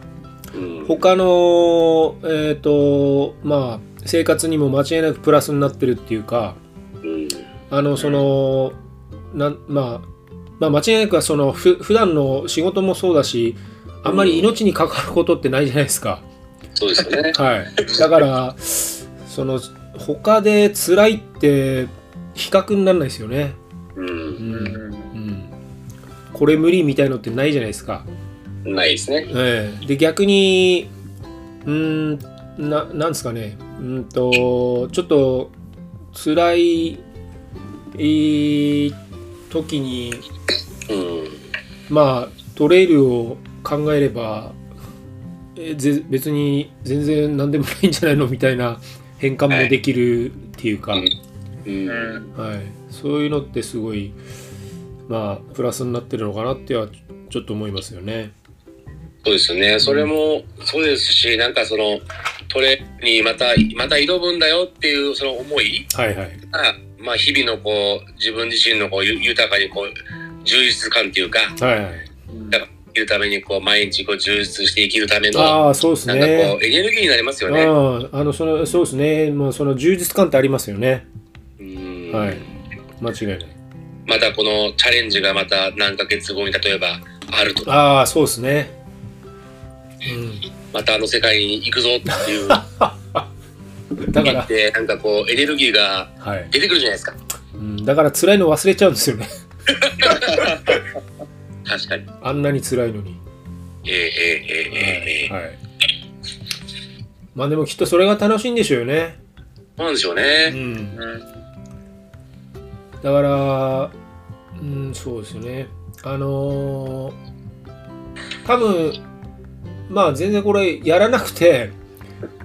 Speaker 1: うん
Speaker 2: 他のえっ、とまあ生活にも間違いなくプラスになってるっていうか
Speaker 1: うん
Speaker 2: あのそのなんまあまあ、間違いなくはそのふ普段の仕事もそうだしあんまり命に関わることってないじゃないですか。
Speaker 1: そうですよね。
Speaker 2: はい、だからその他で辛いって比較にならないですよね、
Speaker 1: う、
Speaker 2: うんんうん、これ無理みたいのってないじゃないですか、
Speaker 1: ないですね。
Speaker 2: ええで逆にうーんななんですかねうんとちょっと辛いいい時に
Speaker 1: うん、
Speaker 2: まあトレイルを考えればえぜ別に全然何でもないんじゃないのみたいな変換もできるっていうか、
Speaker 1: は
Speaker 2: はいい
Speaker 1: うん
Speaker 3: うん
Speaker 2: そういうのってすごいまあプラスになってるのかなってはちょちょっと思いますよね。
Speaker 1: そうですよね。それもそうですし、なんかそのトレにまたまた挑むんだよっていうその思い
Speaker 2: はいはい、
Speaker 1: が、まあ日々のこう自分自身のこうゆ豊かにこう充実感っていうか、
Speaker 2: はいはい、
Speaker 1: 生きるためにこう毎日こう充実して生きるためのなんか
Speaker 2: ああそうです
Speaker 1: こう
Speaker 2: ね。
Speaker 1: エネルギーになりますよね。
Speaker 2: あああのそのそうですね、まあ、その充実感ってありますよね
Speaker 1: うん
Speaker 2: はい間違いない
Speaker 1: またこのチャレンジがまた何ヶ月後に例えばあるとか
Speaker 2: ああそうですね、うん、
Speaker 1: またあの世界に行くぞっていう
Speaker 2: だか
Speaker 1: 言っ
Speaker 2: ら、
Speaker 1: てなんかこうエネルギーが
Speaker 2: はい
Speaker 1: 出てくるじゃないですか
Speaker 2: うん、だから辛いの忘れちゃうんですよね
Speaker 1: 確かに
Speaker 2: あんなに辛いのに。
Speaker 1: ええええええええ
Speaker 2: はい。まあでもきっとそれが楽しいんでしょうよね。
Speaker 1: そうなんでしょう
Speaker 2: う
Speaker 1: ね。
Speaker 2: ん。
Speaker 3: うん
Speaker 2: だから、うん、そうですよね。あのー多分、まあ全然これやらなくて、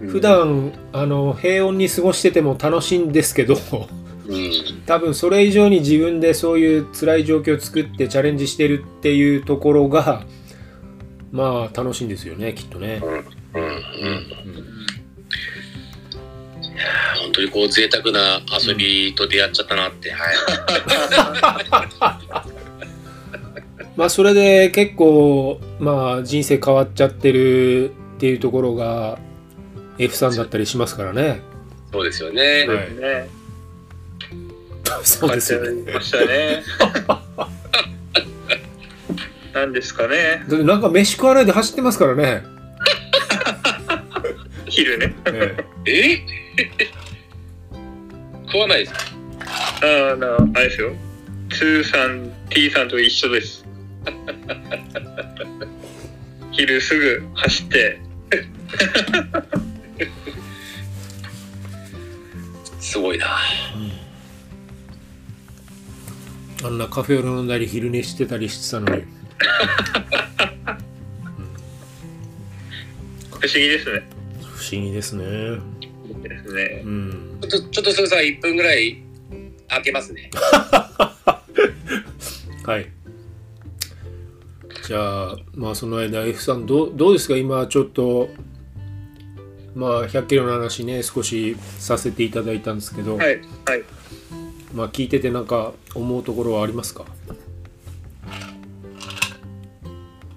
Speaker 2: 普段、あの、平穏に過ごしてても楽しいんですけど、
Speaker 1: うん。
Speaker 2: 多分それ以上に自分でそういう辛い状況を作ってチャレンジしてるっていうところがまあ楽しいんですよねきっとね。
Speaker 1: うん。うん。本当にこう贅沢な遊びと出会っちゃったなって。はい。
Speaker 2: まあそれで結構まあ人生変わっちゃってるっていうところが F さんだったりしますからね。
Speaker 1: そうですよね。
Speaker 2: は
Speaker 3: うんね
Speaker 2: そうですよね。
Speaker 3: 買っちゃ いましたねなんですかね
Speaker 2: だってなんか飯食わないで走ってますからね。
Speaker 3: 昼ね
Speaker 2: ええ
Speaker 1: え食わないですか
Speaker 3: ああなあれですよ2さん T さんと一緒です 昼すぐ走って
Speaker 1: すごいな。
Speaker 2: あんなカフェオレ飲んだり昼寝してたりしてたのに。
Speaker 3: 不思議ですね
Speaker 2: 不思議ですね。
Speaker 3: ですね
Speaker 2: うん。
Speaker 1: ちょっと、ちょっとすぐさ、1分ぐらい開けますね。
Speaker 2: はい。じゃあ、まあその間、F さん、どうどうですか、今、ちょっと、まあ、100キロの話ね、少しさせていただいたんですけど、
Speaker 3: はいはい
Speaker 2: まあ、聞いてて、なんか、思うところはありますか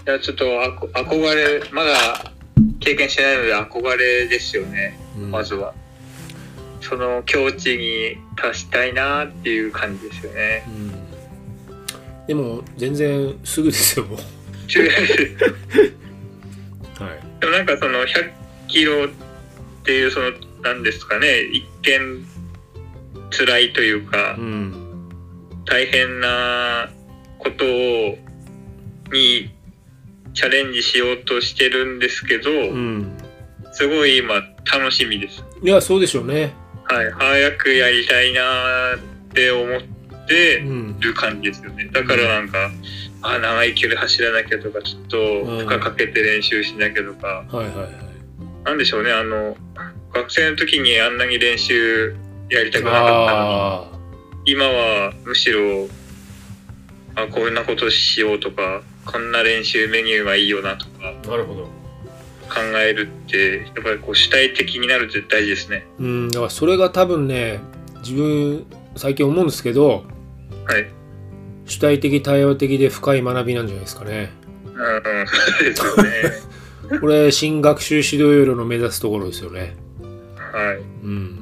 Speaker 3: いやちょっとあこ憧れまだ経験してないので憧れですよね
Speaker 2: うん
Speaker 3: まずは、その境地に達したいなっていう感じですよね
Speaker 2: うんでも、全然すぐですよ、もう。
Speaker 3: 中学
Speaker 2: はい。
Speaker 3: でもなんかその100キロっていうそのなんですかね一見辛いというか
Speaker 2: うん。
Speaker 3: 大変なことをにチャレンジしようとしてるんですけど、
Speaker 2: うん。
Speaker 3: すごい今楽しみです。
Speaker 2: いや、そうでしょうね。
Speaker 3: はい、早くやりたいなーって思っ
Speaker 2: う
Speaker 3: て
Speaker 2: ん。
Speaker 3: る感じですよね。だからなんか、あ長い距離走らなきゃとかちょっと負荷かけて練習しなきゃとか、
Speaker 2: はいはいはい。
Speaker 3: なんでしょうね、あの、学生の時にあんなに練習やりたくなかったのに、
Speaker 2: ああ。
Speaker 3: 今はむしろ、あ、こんなことしようとか、こんな練習メニューがいいよなとか
Speaker 2: なるほど。
Speaker 3: 考えるって、やっぱりこう主体的になるって大事ですね。
Speaker 2: うん、だからそれが多分ね、自分、最近思うんですけど、
Speaker 3: はい。
Speaker 2: 主体的、対話的で深い学びなんじゃないですか ね。
Speaker 3: うん、うんそうですよね。
Speaker 2: これ、新学習指導要領の目指すところですよね。
Speaker 3: はい。
Speaker 2: うん。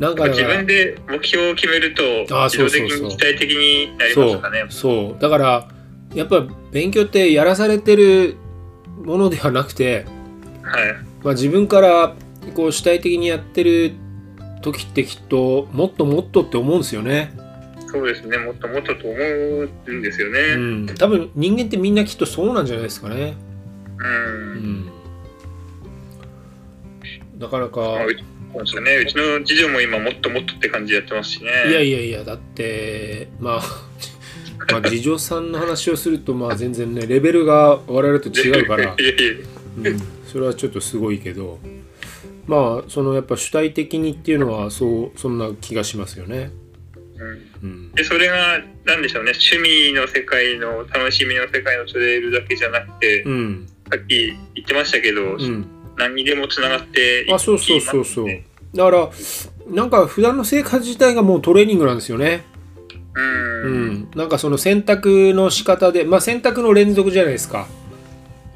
Speaker 2: なんかだ
Speaker 3: 自
Speaker 2: から
Speaker 3: 分で目標を決めると、
Speaker 2: あ
Speaker 3: 自動的
Speaker 2: そうそうそう
Speaker 3: に主体的になりま
Speaker 2: そ
Speaker 3: す
Speaker 2: う
Speaker 3: かね。
Speaker 2: そうだからやっぱ勉強ってやらされてるものではなくて、
Speaker 3: はい。
Speaker 2: まあ、自分からこう主体的にやってる時ってきっともっともっとって思うんですよね。
Speaker 3: そうですね。もっともっとと思うんですよね。
Speaker 2: う
Speaker 3: う
Speaker 2: ん、
Speaker 3: ん。
Speaker 2: 多分人間ってみんなきっとそうなんじゃないですかね。うん、なかなか、
Speaker 3: まあ、うちそうですよね。うちの次女も今もっともっとって感じでやってますしね。
Speaker 2: いやいやいやだってまあ まあ次女さんの話をするとまあ全然ねレベルが我々と違うから
Speaker 3: い、やいや
Speaker 2: うん、それはちょっとすごいけどまあそのやっぱ主体的にっていうのはそうそんな気がしますよね。
Speaker 3: うん
Speaker 2: うん、
Speaker 3: でそれが何でしょうね趣味の世界の楽しみの世界のトレイルだけじゃなくて、
Speaker 2: うん
Speaker 3: さっき言ってましたけど、
Speaker 2: うん、
Speaker 3: 何にでもつながっていき
Speaker 2: あそうそうそうそう
Speaker 3: い
Speaker 2: だからなんか普段の生活自体がもうトレーニングなんですよね。
Speaker 3: ますねうん、
Speaker 2: うん、なんかその選択の仕方で、まあ、選択の連続じゃないですか、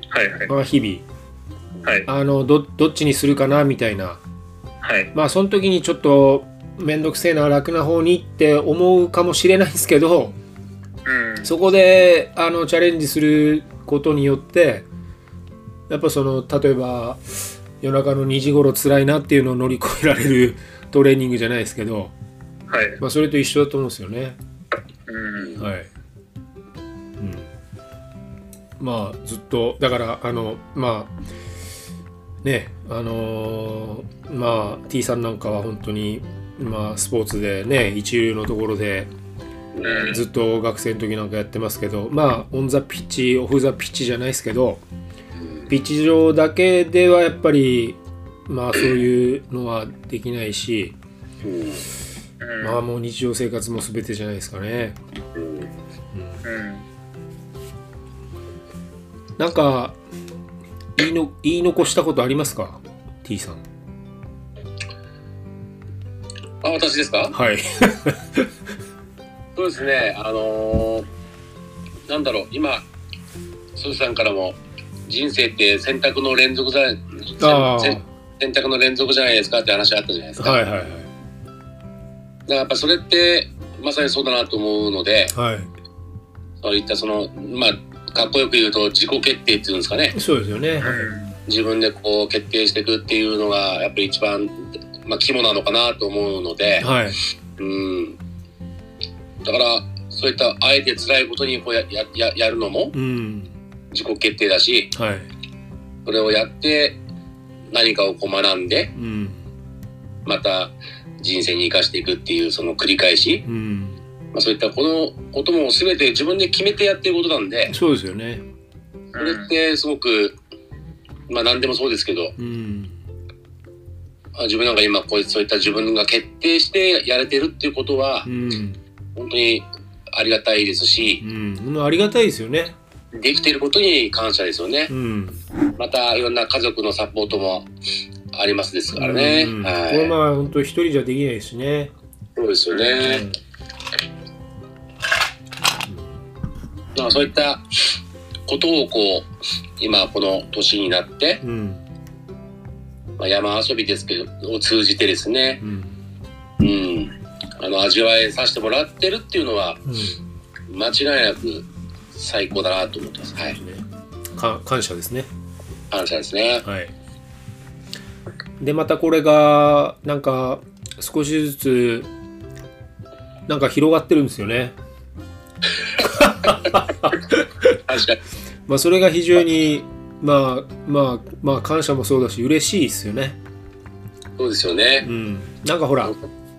Speaker 3: はいはい
Speaker 2: まあ、日
Speaker 3: はい
Speaker 2: 々あのどどっちにするかなみたいな
Speaker 3: はい
Speaker 2: まあその時にちょっと面倒くせえな楽な方にって思うかもしれないですけど
Speaker 3: うん
Speaker 2: そこであのチャレンジすることによってやっぱその例えば夜中の2時頃辛いなっていうのを乗り越えられるトレーニングじゃないですけど、
Speaker 3: はい
Speaker 2: まあ、それと一緒だと思うんですよね。
Speaker 3: うん
Speaker 2: はい、うん、まあずっとだからあのまあねあのーまあ T さんなんかは本当にまあスポーツでね一流のところで
Speaker 1: うん
Speaker 2: ずっと学生の時なんかやってますけどまあオン・ザ・ピッチオフ・ザ・ピッチじゃないですけどピッチ上だけではやっぱりまあそういうのはできないし
Speaker 1: うん
Speaker 3: うん
Speaker 2: まあもう日常生活も全てじゃないですかね。
Speaker 1: うん
Speaker 2: うん
Speaker 3: うん
Speaker 2: なんか言いの言い残したことありますか T さん
Speaker 1: あ私ですか
Speaker 2: はい
Speaker 1: そうですね、あのーなんだろう、今、すずさんからも、人生って選択の連続じゃ
Speaker 2: あ
Speaker 1: 選選択の連続じゃないですかって話あったじゃないです
Speaker 2: あ
Speaker 1: か。
Speaker 2: はいは
Speaker 1: だ
Speaker 2: い
Speaker 1: からやっぱそれって、まさにそうだなと思うので、
Speaker 2: はいは
Speaker 1: そういったその、まあ、かっこよく言うと自己決定っていうんですかね、
Speaker 2: いそうですよね
Speaker 1: 自分でこう決定していくっていうのが、やっぱり一番、まあ、肝なのかなと思うので、
Speaker 2: はい
Speaker 1: うん。だから、そういった、あえて辛いことにこうややややるのも、
Speaker 2: うん
Speaker 1: 自己決定だし
Speaker 2: はい
Speaker 1: それをやって何かをこう学んで
Speaker 2: うん
Speaker 1: また人生に生かしていくっていうその繰り返し、
Speaker 2: うん
Speaker 1: まあ、そういったこのことも全て自分で決めてやってることなんで
Speaker 2: そうですよね
Speaker 1: それってすごく、まあ、何でもそうですけど
Speaker 2: うん
Speaker 1: あ自分なんか今こうそういった自分が決定してやれてるっていうことは
Speaker 2: うん
Speaker 1: 本当にありがたいです
Speaker 2: う
Speaker 1: し
Speaker 2: んまあありがたいですよね
Speaker 1: できていることに感謝ですよね
Speaker 2: うん
Speaker 1: またいろんな家族のサポートもありますですからね、
Speaker 2: うんこ
Speaker 1: は
Speaker 2: れ
Speaker 1: い
Speaker 2: まあ本当一人じゃできないですしね
Speaker 1: そうですよね、
Speaker 2: うん
Speaker 1: まあ、そういったことをこう今この年になって、
Speaker 2: うん
Speaker 1: まあ、山遊びですけどを通じてですね、
Speaker 2: うん
Speaker 1: うん、あの味わえさせてもらってるっていうのは
Speaker 2: うん
Speaker 1: 間違いなく最高だなと思ってます。はい、
Speaker 2: か感謝ですね
Speaker 1: 感謝ですね。
Speaker 2: はい、でまたこれがなんか少しずつなんか広がってるんですよね、
Speaker 1: 確かに
Speaker 2: まあ、それが非常にまあまあまあ感謝もそうだし嬉しいですよね、
Speaker 1: そうですよ
Speaker 2: う
Speaker 1: ね。
Speaker 2: ん、なんかほら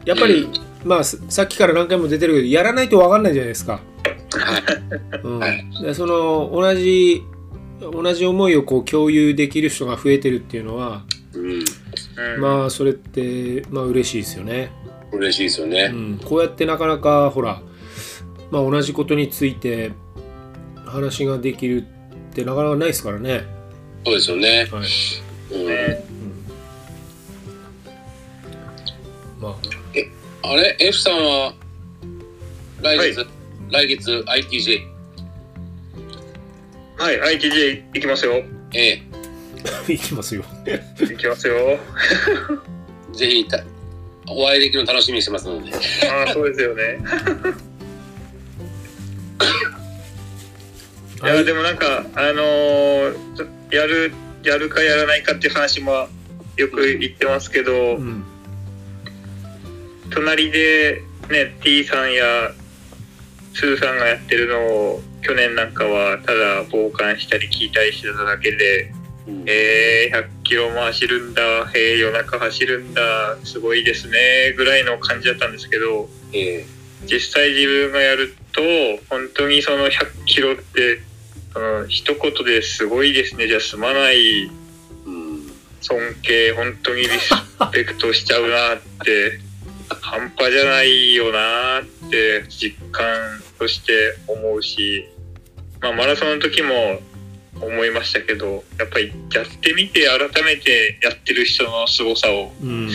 Speaker 2: やっぱり
Speaker 1: うん
Speaker 2: まあささっきから何回も出てるけどやらないと分かんないじゃないですか、
Speaker 1: はい
Speaker 2: うん
Speaker 1: はい、
Speaker 2: でその同じ同じ思いをこう共有できる人が増えてるっていうのは
Speaker 1: うん、
Speaker 3: うん
Speaker 2: まあそれってまあ嬉しいですよね
Speaker 1: 嬉しいですよね。
Speaker 2: うん、こうやってなかなかほら、まあ、同じことについて話ができるってなかなかないですからね。
Speaker 1: そうですよね。
Speaker 2: はい
Speaker 1: うん、
Speaker 3: ね
Speaker 2: うんまあ、
Speaker 1: あれ F さんは来月、来月 ITJ
Speaker 3: はい ITJ 行きますよ
Speaker 1: A
Speaker 2: いきますよ。
Speaker 3: 行きますよ
Speaker 1: ぜひたお会いできるの楽しみにしてますので。
Speaker 3: ああそうですよねい
Speaker 2: は
Speaker 3: や
Speaker 2: い
Speaker 3: でもなんかあのーちょやるやるかやらないかっていう話もよく言ってますけど、
Speaker 2: うん、
Speaker 3: 隣でね T さんやスーさんがやってるのを去年なんかはただ傍観したり聞いたりしてただけで
Speaker 1: うん
Speaker 3: えー、100キロも走るんだえー、夜中走るんだすごいですねぐらいの感じだったんですけど
Speaker 1: A
Speaker 3: 実際自分がやると本当にその100キロってその一言ですごいですねじゃ済まない
Speaker 1: うん
Speaker 3: 尊敬本当にリスペクトしちゃうなって 半端じゃないよなって実感として思うし、まあ、マラソンの時も思いましたけどやっぱりやってみて改めてやってる人の凄さを
Speaker 2: うん、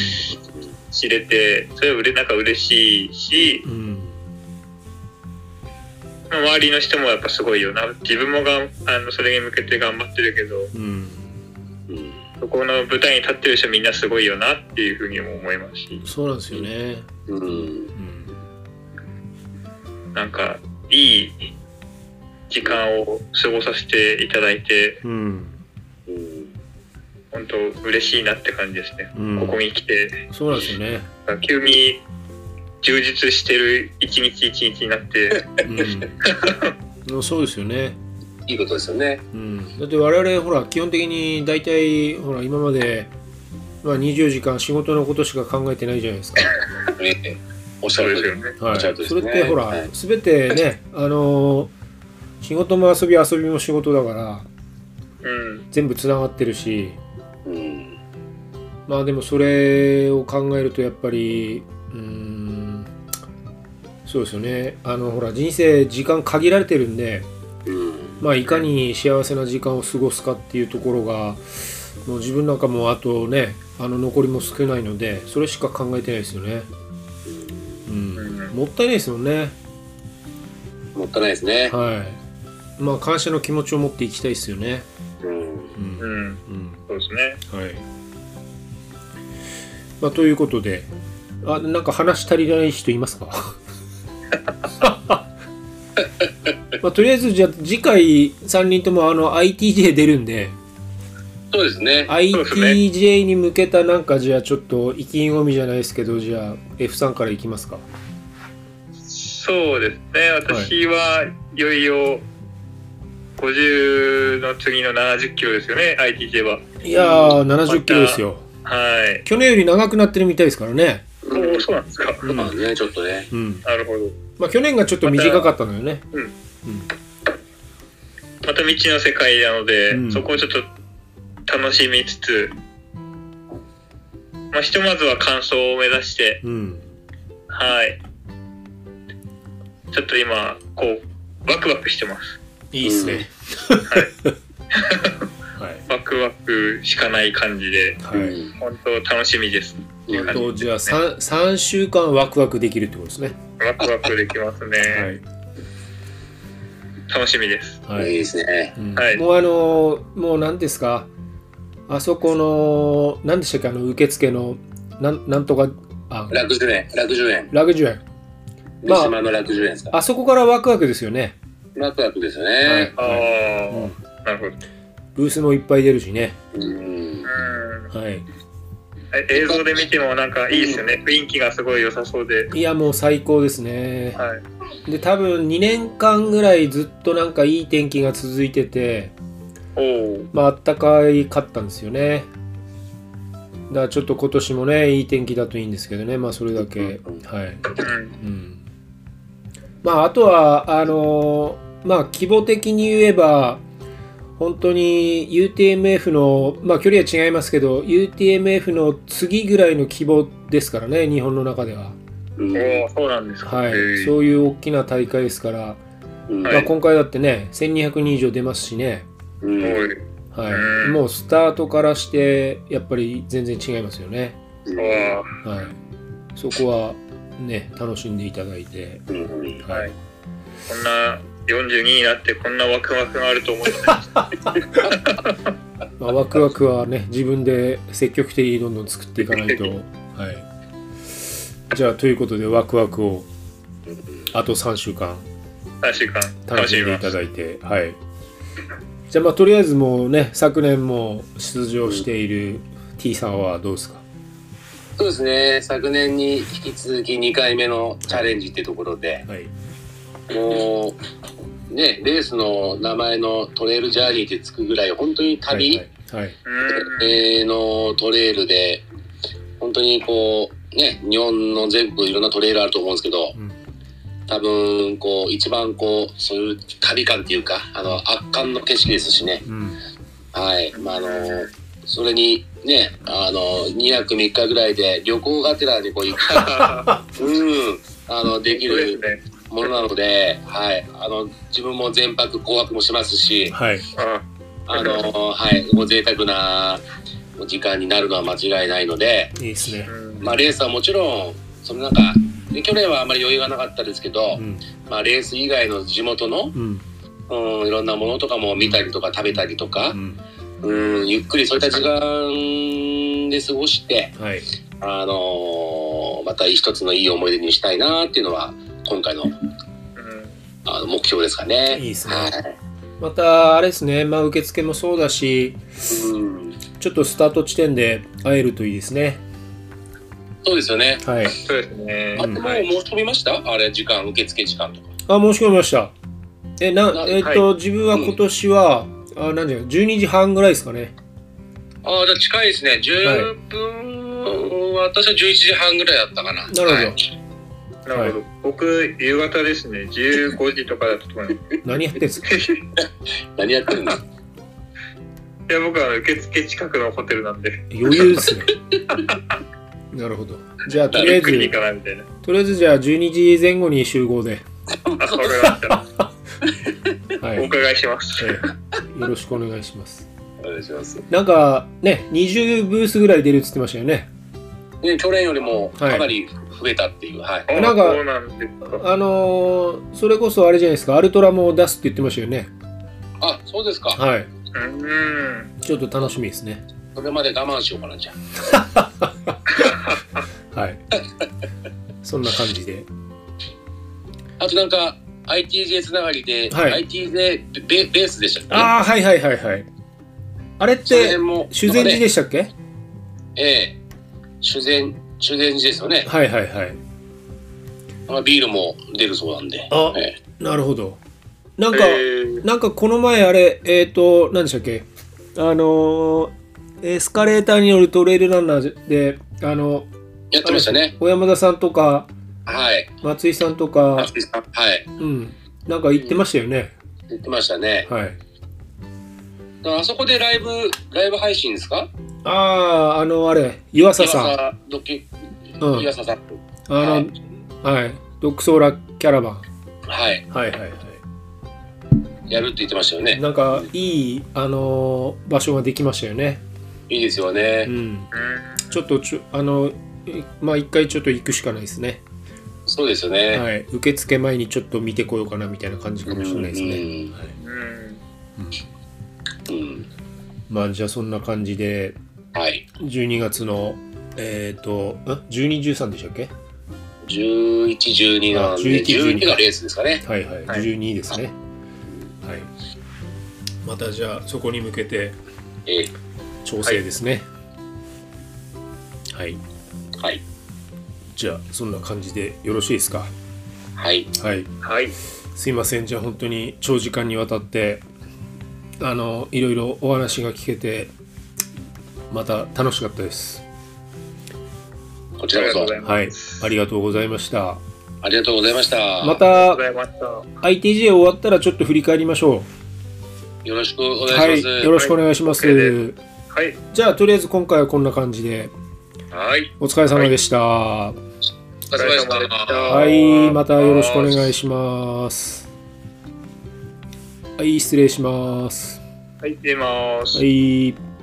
Speaker 3: 知れてそれはうれなんか嬉しいし、
Speaker 2: うん、
Speaker 3: まあ周りの人もやっぱすごいよな自分もがんあのそれに向けて頑張ってるけど
Speaker 2: うん、
Speaker 1: うん
Speaker 3: そこの舞台に立ってる人みんなすごいよなっていうふうにも思いますし。
Speaker 2: そうなんですよね。
Speaker 1: うん
Speaker 2: うん、
Speaker 3: なんかいい時間を過ごさせていただいて
Speaker 2: うん、
Speaker 1: うん
Speaker 3: 本当嬉しいなって感じですね、
Speaker 2: うん
Speaker 3: ここに来て
Speaker 2: そうなんですよね。
Speaker 3: 急に充実してる一日一日になって
Speaker 2: うん、そうですよね。
Speaker 1: いいことですよね。
Speaker 4: うん
Speaker 2: だって我々ほら基本的に大体ほら今まで、まあ、20時間仕事のことしか考えてないじゃないですか、
Speaker 1: ねおっしゃ
Speaker 3: そう
Speaker 1: る通
Speaker 3: で
Speaker 1: り
Speaker 3: すよ。ね。
Speaker 2: はい、
Speaker 1: ちゃんとです
Speaker 2: そ
Speaker 1: ね
Speaker 2: れってほら、
Speaker 1: はい
Speaker 2: すべてねあのー仕事も遊び遊びも仕事だから
Speaker 3: うん。
Speaker 2: 全部つながってるし
Speaker 1: うん。
Speaker 2: まあでもそれを考えるとやっぱりうーんそうですよねあのほら人生時間限られてるんで、
Speaker 1: うん。
Speaker 2: まあ、いかに幸せな時間を過ごすかっていうところがもう自分なんかもうあとねあの残りも少ないのでそれしか考えてないですよね、うん
Speaker 3: うん
Speaker 2: もったいないですもんね
Speaker 1: もったいないですね。
Speaker 2: はいまあ感謝の気持ちを持っていきたいですよね
Speaker 1: うん。
Speaker 2: うん
Speaker 3: う、ん。
Speaker 2: うん
Speaker 3: そうですね。
Speaker 2: はい。まあ、ということで、あ、なんか話足りない人いますか まあ、とりあえず、じゃあ次回3人ともあの ITJ 出るんで、
Speaker 1: そうですね。
Speaker 3: すね
Speaker 2: ITJ に向けたなんかじゃあちょっと意気込みじゃないですけど、じゃあ F さんからいきますか。
Speaker 3: そうですね。私はいよいよ50の次の70キロですよね。ITJ は。
Speaker 2: いやー、70キロですよ。
Speaker 3: はい。
Speaker 2: 去年より長くなってるみたいですからね。
Speaker 1: うん
Speaker 3: おお、そうなんですか。
Speaker 2: うん
Speaker 1: まあね、ちょっとね。
Speaker 2: うん。
Speaker 3: なるほど。
Speaker 2: まあ、去年がちょっと短かったのよね。
Speaker 3: また未知の世界なので、
Speaker 2: うん
Speaker 3: そこをちょっと楽しみつつ、まあ、ひとまずは完走を目指して、
Speaker 2: うん。
Speaker 3: はい。ちょっと今、こう、ワクワクしてます。
Speaker 2: いい
Speaker 1: っ
Speaker 2: ですす
Speaker 1: ね
Speaker 2: ね。はい。
Speaker 3: ワクワクしかない感じで、
Speaker 2: は
Speaker 1: う
Speaker 2: い。
Speaker 1: ん。
Speaker 3: 本当楽しみです。
Speaker 1: う
Speaker 2: えっ
Speaker 1: ん
Speaker 2: とじゃあ 3, 三週間ワクワクできるってことですね。
Speaker 3: ワクワクできますね。楽しみです。
Speaker 2: はい
Speaker 1: いですね。
Speaker 2: うん
Speaker 3: はい
Speaker 2: もうあのーもう何ですかあそこの何でしたっけあの受付のなんなんとかあ
Speaker 1: 楽寿園、楽寿園。
Speaker 2: ラグジュアンま
Speaker 1: 三
Speaker 2: あ
Speaker 1: 島の楽寿園ですか。
Speaker 2: あそこからワクワクですよね。
Speaker 1: ワクワクですよ
Speaker 2: は
Speaker 1: ね
Speaker 2: い。
Speaker 3: ああ、
Speaker 2: うん
Speaker 3: なるほど。
Speaker 2: ブースもいっぱい出るしね。
Speaker 1: うん。
Speaker 3: うん
Speaker 2: はい。
Speaker 3: え映像で見てもなんかいいですよね。雰囲気がすごい良さそうで。
Speaker 2: いやもう最高ですね。
Speaker 3: はい。
Speaker 2: で多分2年間ぐらいずっとなんかいい天気が続いてて。
Speaker 3: おお。
Speaker 2: まあ、あったかいかったんですよね。だからちょっと今年もね、いい天気だといいんですけどね、まあそれだけ
Speaker 1: うん。
Speaker 2: はい。
Speaker 3: うん。
Speaker 2: うん。まああとは、あのーまあ規模的に言えば、本当に UTMF の、まあ距離は違いますけど、UTMF の次ぐらいの規模ですからね、日本の中では。
Speaker 1: うん
Speaker 3: おお、そうなんですか。
Speaker 2: は
Speaker 3: へ
Speaker 2: い。
Speaker 3: え
Speaker 2: そういう大きな大会ですから、
Speaker 1: うん
Speaker 2: ま
Speaker 3: は
Speaker 2: あ
Speaker 3: い
Speaker 2: 今回だってね、1200人以上出ますしね。
Speaker 1: う
Speaker 3: お
Speaker 1: ん。
Speaker 3: い。
Speaker 2: は
Speaker 3: う
Speaker 2: い、
Speaker 3: ん
Speaker 2: もうスタートからしてやっぱり全然違いますよね、
Speaker 3: わ
Speaker 2: はい、そこはね楽しんでいただいて、
Speaker 1: うん
Speaker 3: あ、は
Speaker 2: はい
Speaker 3: い。こんな42になってこんなワクワクがあると思いません
Speaker 2: まあ、ワクワクはね自分で積極的にどんどん作っていかないと、はい、じゃあということでワクワクをあと3週間
Speaker 3: 3週間
Speaker 2: 楽
Speaker 3: 楽
Speaker 2: し
Speaker 3: し
Speaker 2: ん
Speaker 3: み
Speaker 2: で
Speaker 3: ま
Speaker 2: い
Speaker 3: す。
Speaker 2: ただいてはいじゃあまあとりあえずもうね昨年も出場している T さんはどうですか
Speaker 1: そうですね。昨年に引き続き2回目のチャレンジってところで、
Speaker 2: はい
Speaker 1: もう、ね、レースの名前のトレイルジャーニーってつくぐらい、本当に旅、
Speaker 2: はい、はい
Speaker 3: うん。
Speaker 1: えーのトレイルで本当にこうね日本の全部いろんなトレイルあると思うんですけど、
Speaker 2: うん
Speaker 1: 多分こう一番こうそういう旅感っていうかあの圧巻の景色ですしね
Speaker 2: うん
Speaker 1: はい、まあ、あのそれにねあの2泊3日ぐらいで旅行がてらにこ う行くうんあのでき
Speaker 3: そうです
Speaker 1: る
Speaker 3: ね。
Speaker 1: ものなので、はい、あの自分も全泊紅白もしますし
Speaker 2: はい
Speaker 3: あ
Speaker 1: あのはいご贅沢な時間になるのは間違いないので、
Speaker 2: いいですね
Speaker 3: あ、うん
Speaker 1: まあ、レースはもちろんそのなんかで去年はあまり余裕がなかったですけど、
Speaker 2: うん
Speaker 1: まあ、レース以外の地元の、
Speaker 2: うん
Speaker 1: うん、いろんなものとかも見たりとか食べたりと
Speaker 2: う
Speaker 1: か、
Speaker 2: ん
Speaker 1: うん、ゆっくりそういった時間で過ごして、
Speaker 2: はい
Speaker 1: あのーまた一つのいい思い出にしたいなっていうのは今回の
Speaker 3: うん
Speaker 1: あの目標ですかね。
Speaker 2: いいですね
Speaker 1: はい
Speaker 2: またあれですね、まあ、受付もそうだし
Speaker 1: うん、
Speaker 2: ちょっとスタート地点で会えるといいですね
Speaker 1: そうですよね。
Speaker 2: はい
Speaker 3: そうですね
Speaker 1: あ。
Speaker 2: う
Speaker 1: と
Speaker 2: ん
Speaker 1: もう
Speaker 3: はい
Speaker 1: 申し込みましたあれ時間受付時間とか。
Speaker 2: あ申し込みましたえな
Speaker 1: な
Speaker 2: えっと、自分は今年は、あなんじゃ12時半ぐらいですかね
Speaker 1: ああ、じゃあ近いですね。10分、私は11時半ぐらいだったかな。
Speaker 2: なるほど
Speaker 1: はい
Speaker 3: なるほど、僕夕方ですね15時とかだったと思います
Speaker 2: 何やってんすか
Speaker 1: 何やってるんですか
Speaker 3: いや僕はあの受付近くのホテルなんで
Speaker 2: 余裕ですね なるほどじゃあとりあ
Speaker 3: ゆ
Speaker 2: え
Speaker 3: っくりに
Speaker 2: ず
Speaker 3: 行かないみたいな
Speaker 2: とりあえずじゃあ12時前後に集合で、
Speaker 3: あそれがあったら
Speaker 2: はい
Speaker 3: お
Speaker 2: え
Speaker 3: 伺いします
Speaker 2: えよろしくお願いします
Speaker 1: お願いします。
Speaker 2: なんかね20ブースぐらい出るっつってましたよね
Speaker 1: ね、去年よりも
Speaker 2: はい
Speaker 1: かなり増えたっていう。はい。
Speaker 3: あ
Speaker 2: なんか
Speaker 3: そうなんですか
Speaker 2: あのーそれこそあれじゃないですかアルトラも出すって言ってましたよね
Speaker 1: あ、そうですか。
Speaker 2: はい
Speaker 3: うん
Speaker 2: ちょっと楽しみですね
Speaker 1: それまで我慢しようかな、じゃあ。
Speaker 2: はいそんな感じで
Speaker 1: あとなんか、ITJ つながりで、
Speaker 2: はい
Speaker 1: ITJ ベベベースでしたっけ
Speaker 2: ああはいはいはいはいあれっ
Speaker 1: その
Speaker 2: て
Speaker 1: 辺も、
Speaker 2: 修善
Speaker 1: なん
Speaker 2: 寺
Speaker 1: かね
Speaker 2: でしたっけ
Speaker 1: ええ修善、修善寺ですよね。
Speaker 2: はいはいはい
Speaker 1: まあ、ビールも出るそうなんで。
Speaker 2: あ
Speaker 1: ええ
Speaker 2: なるほどなんか、
Speaker 3: え
Speaker 2: なんかこの前あれえっ、ー、と何でしたっけあのーエスカレーターによるトレイルランナーであの
Speaker 1: やってましたね。
Speaker 2: 小山田さんとか
Speaker 1: はい。
Speaker 2: 松井さんとか
Speaker 1: 松井さんはい。
Speaker 2: うんなんか言ってましたよね、
Speaker 1: 言ってましたね。
Speaker 2: はい
Speaker 1: あそこでライブ、ライブ配信ですか
Speaker 2: あああのあれ湯浅さん
Speaker 1: 岩佐ドキ
Speaker 2: うん
Speaker 1: 岩佐さん。
Speaker 2: あのはいドッグソーラーキャラバン
Speaker 1: はい。
Speaker 2: はいはいは
Speaker 1: やるって言ってましたよね。
Speaker 2: なんかいいあのー場所ができましたよね
Speaker 1: いいですよ
Speaker 2: う
Speaker 1: ね。
Speaker 2: ん
Speaker 3: ー
Speaker 2: ちょっとちょあのいまあ一回ちょっと行くしかないですね
Speaker 1: そうですよね。
Speaker 2: はい、受付前にちょっと見てこようかなみたいな感じかもしれないですね。
Speaker 1: うん
Speaker 2: はい
Speaker 3: うんうん
Speaker 1: うん。
Speaker 2: まあじゃあそんな感じで
Speaker 1: はい。
Speaker 2: 12月のえっ、と1213でしたっけ
Speaker 1: 11、12なんで、
Speaker 2: あ11
Speaker 1: 12がレースですかね。
Speaker 2: はいはい、
Speaker 3: はい
Speaker 2: 12ですね。はい、またじゃあそこに向けて
Speaker 1: ええ
Speaker 2: 調整ですね。はい、
Speaker 1: はい。
Speaker 2: じゃあそんな感じでよろしいですか。
Speaker 1: はい。
Speaker 2: はい、
Speaker 3: はい
Speaker 2: すいませんじゃあ本当に長時間にわたってあのいろいろお話が聞けてまた楽しかったです。
Speaker 1: こち
Speaker 3: あり
Speaker 1: ら
Speaker 3: がと
Speaker 1: こ
Speaker 3: うござ
Speaker 1: そ
Speaker 3: い。ます、
Speaker 2: はい、ありがとうございました。
Speaker 1: ありがとうございました。
Speaker 2: また
Speaker 3: ありがとうございました
Speaker 2: ITJ 終わったらちょっと振り返りましょ
Speaker 1: よろしくお
Speaker 2: う。
Speaker 1: 願いし
Speaker 2: よろしくお願いします。
Speaker 3: はい OK はい
Speaker 2: じゃあとりあえず今回はこんな感じで
Speaker 3: はい
Speaker 2: お疲れ様でした。は
Speaker 1: ます。お疲れ様で
Speaker 3: お疲れ様で
Speaker 1: し
Speaker 3: したた。
Speaker 2: い、
Speaker 3: はい
Speaker 2: またよろしくお願いします。はい、失礼します。
Speaker 3: はい出ます
Speaker 2: はい。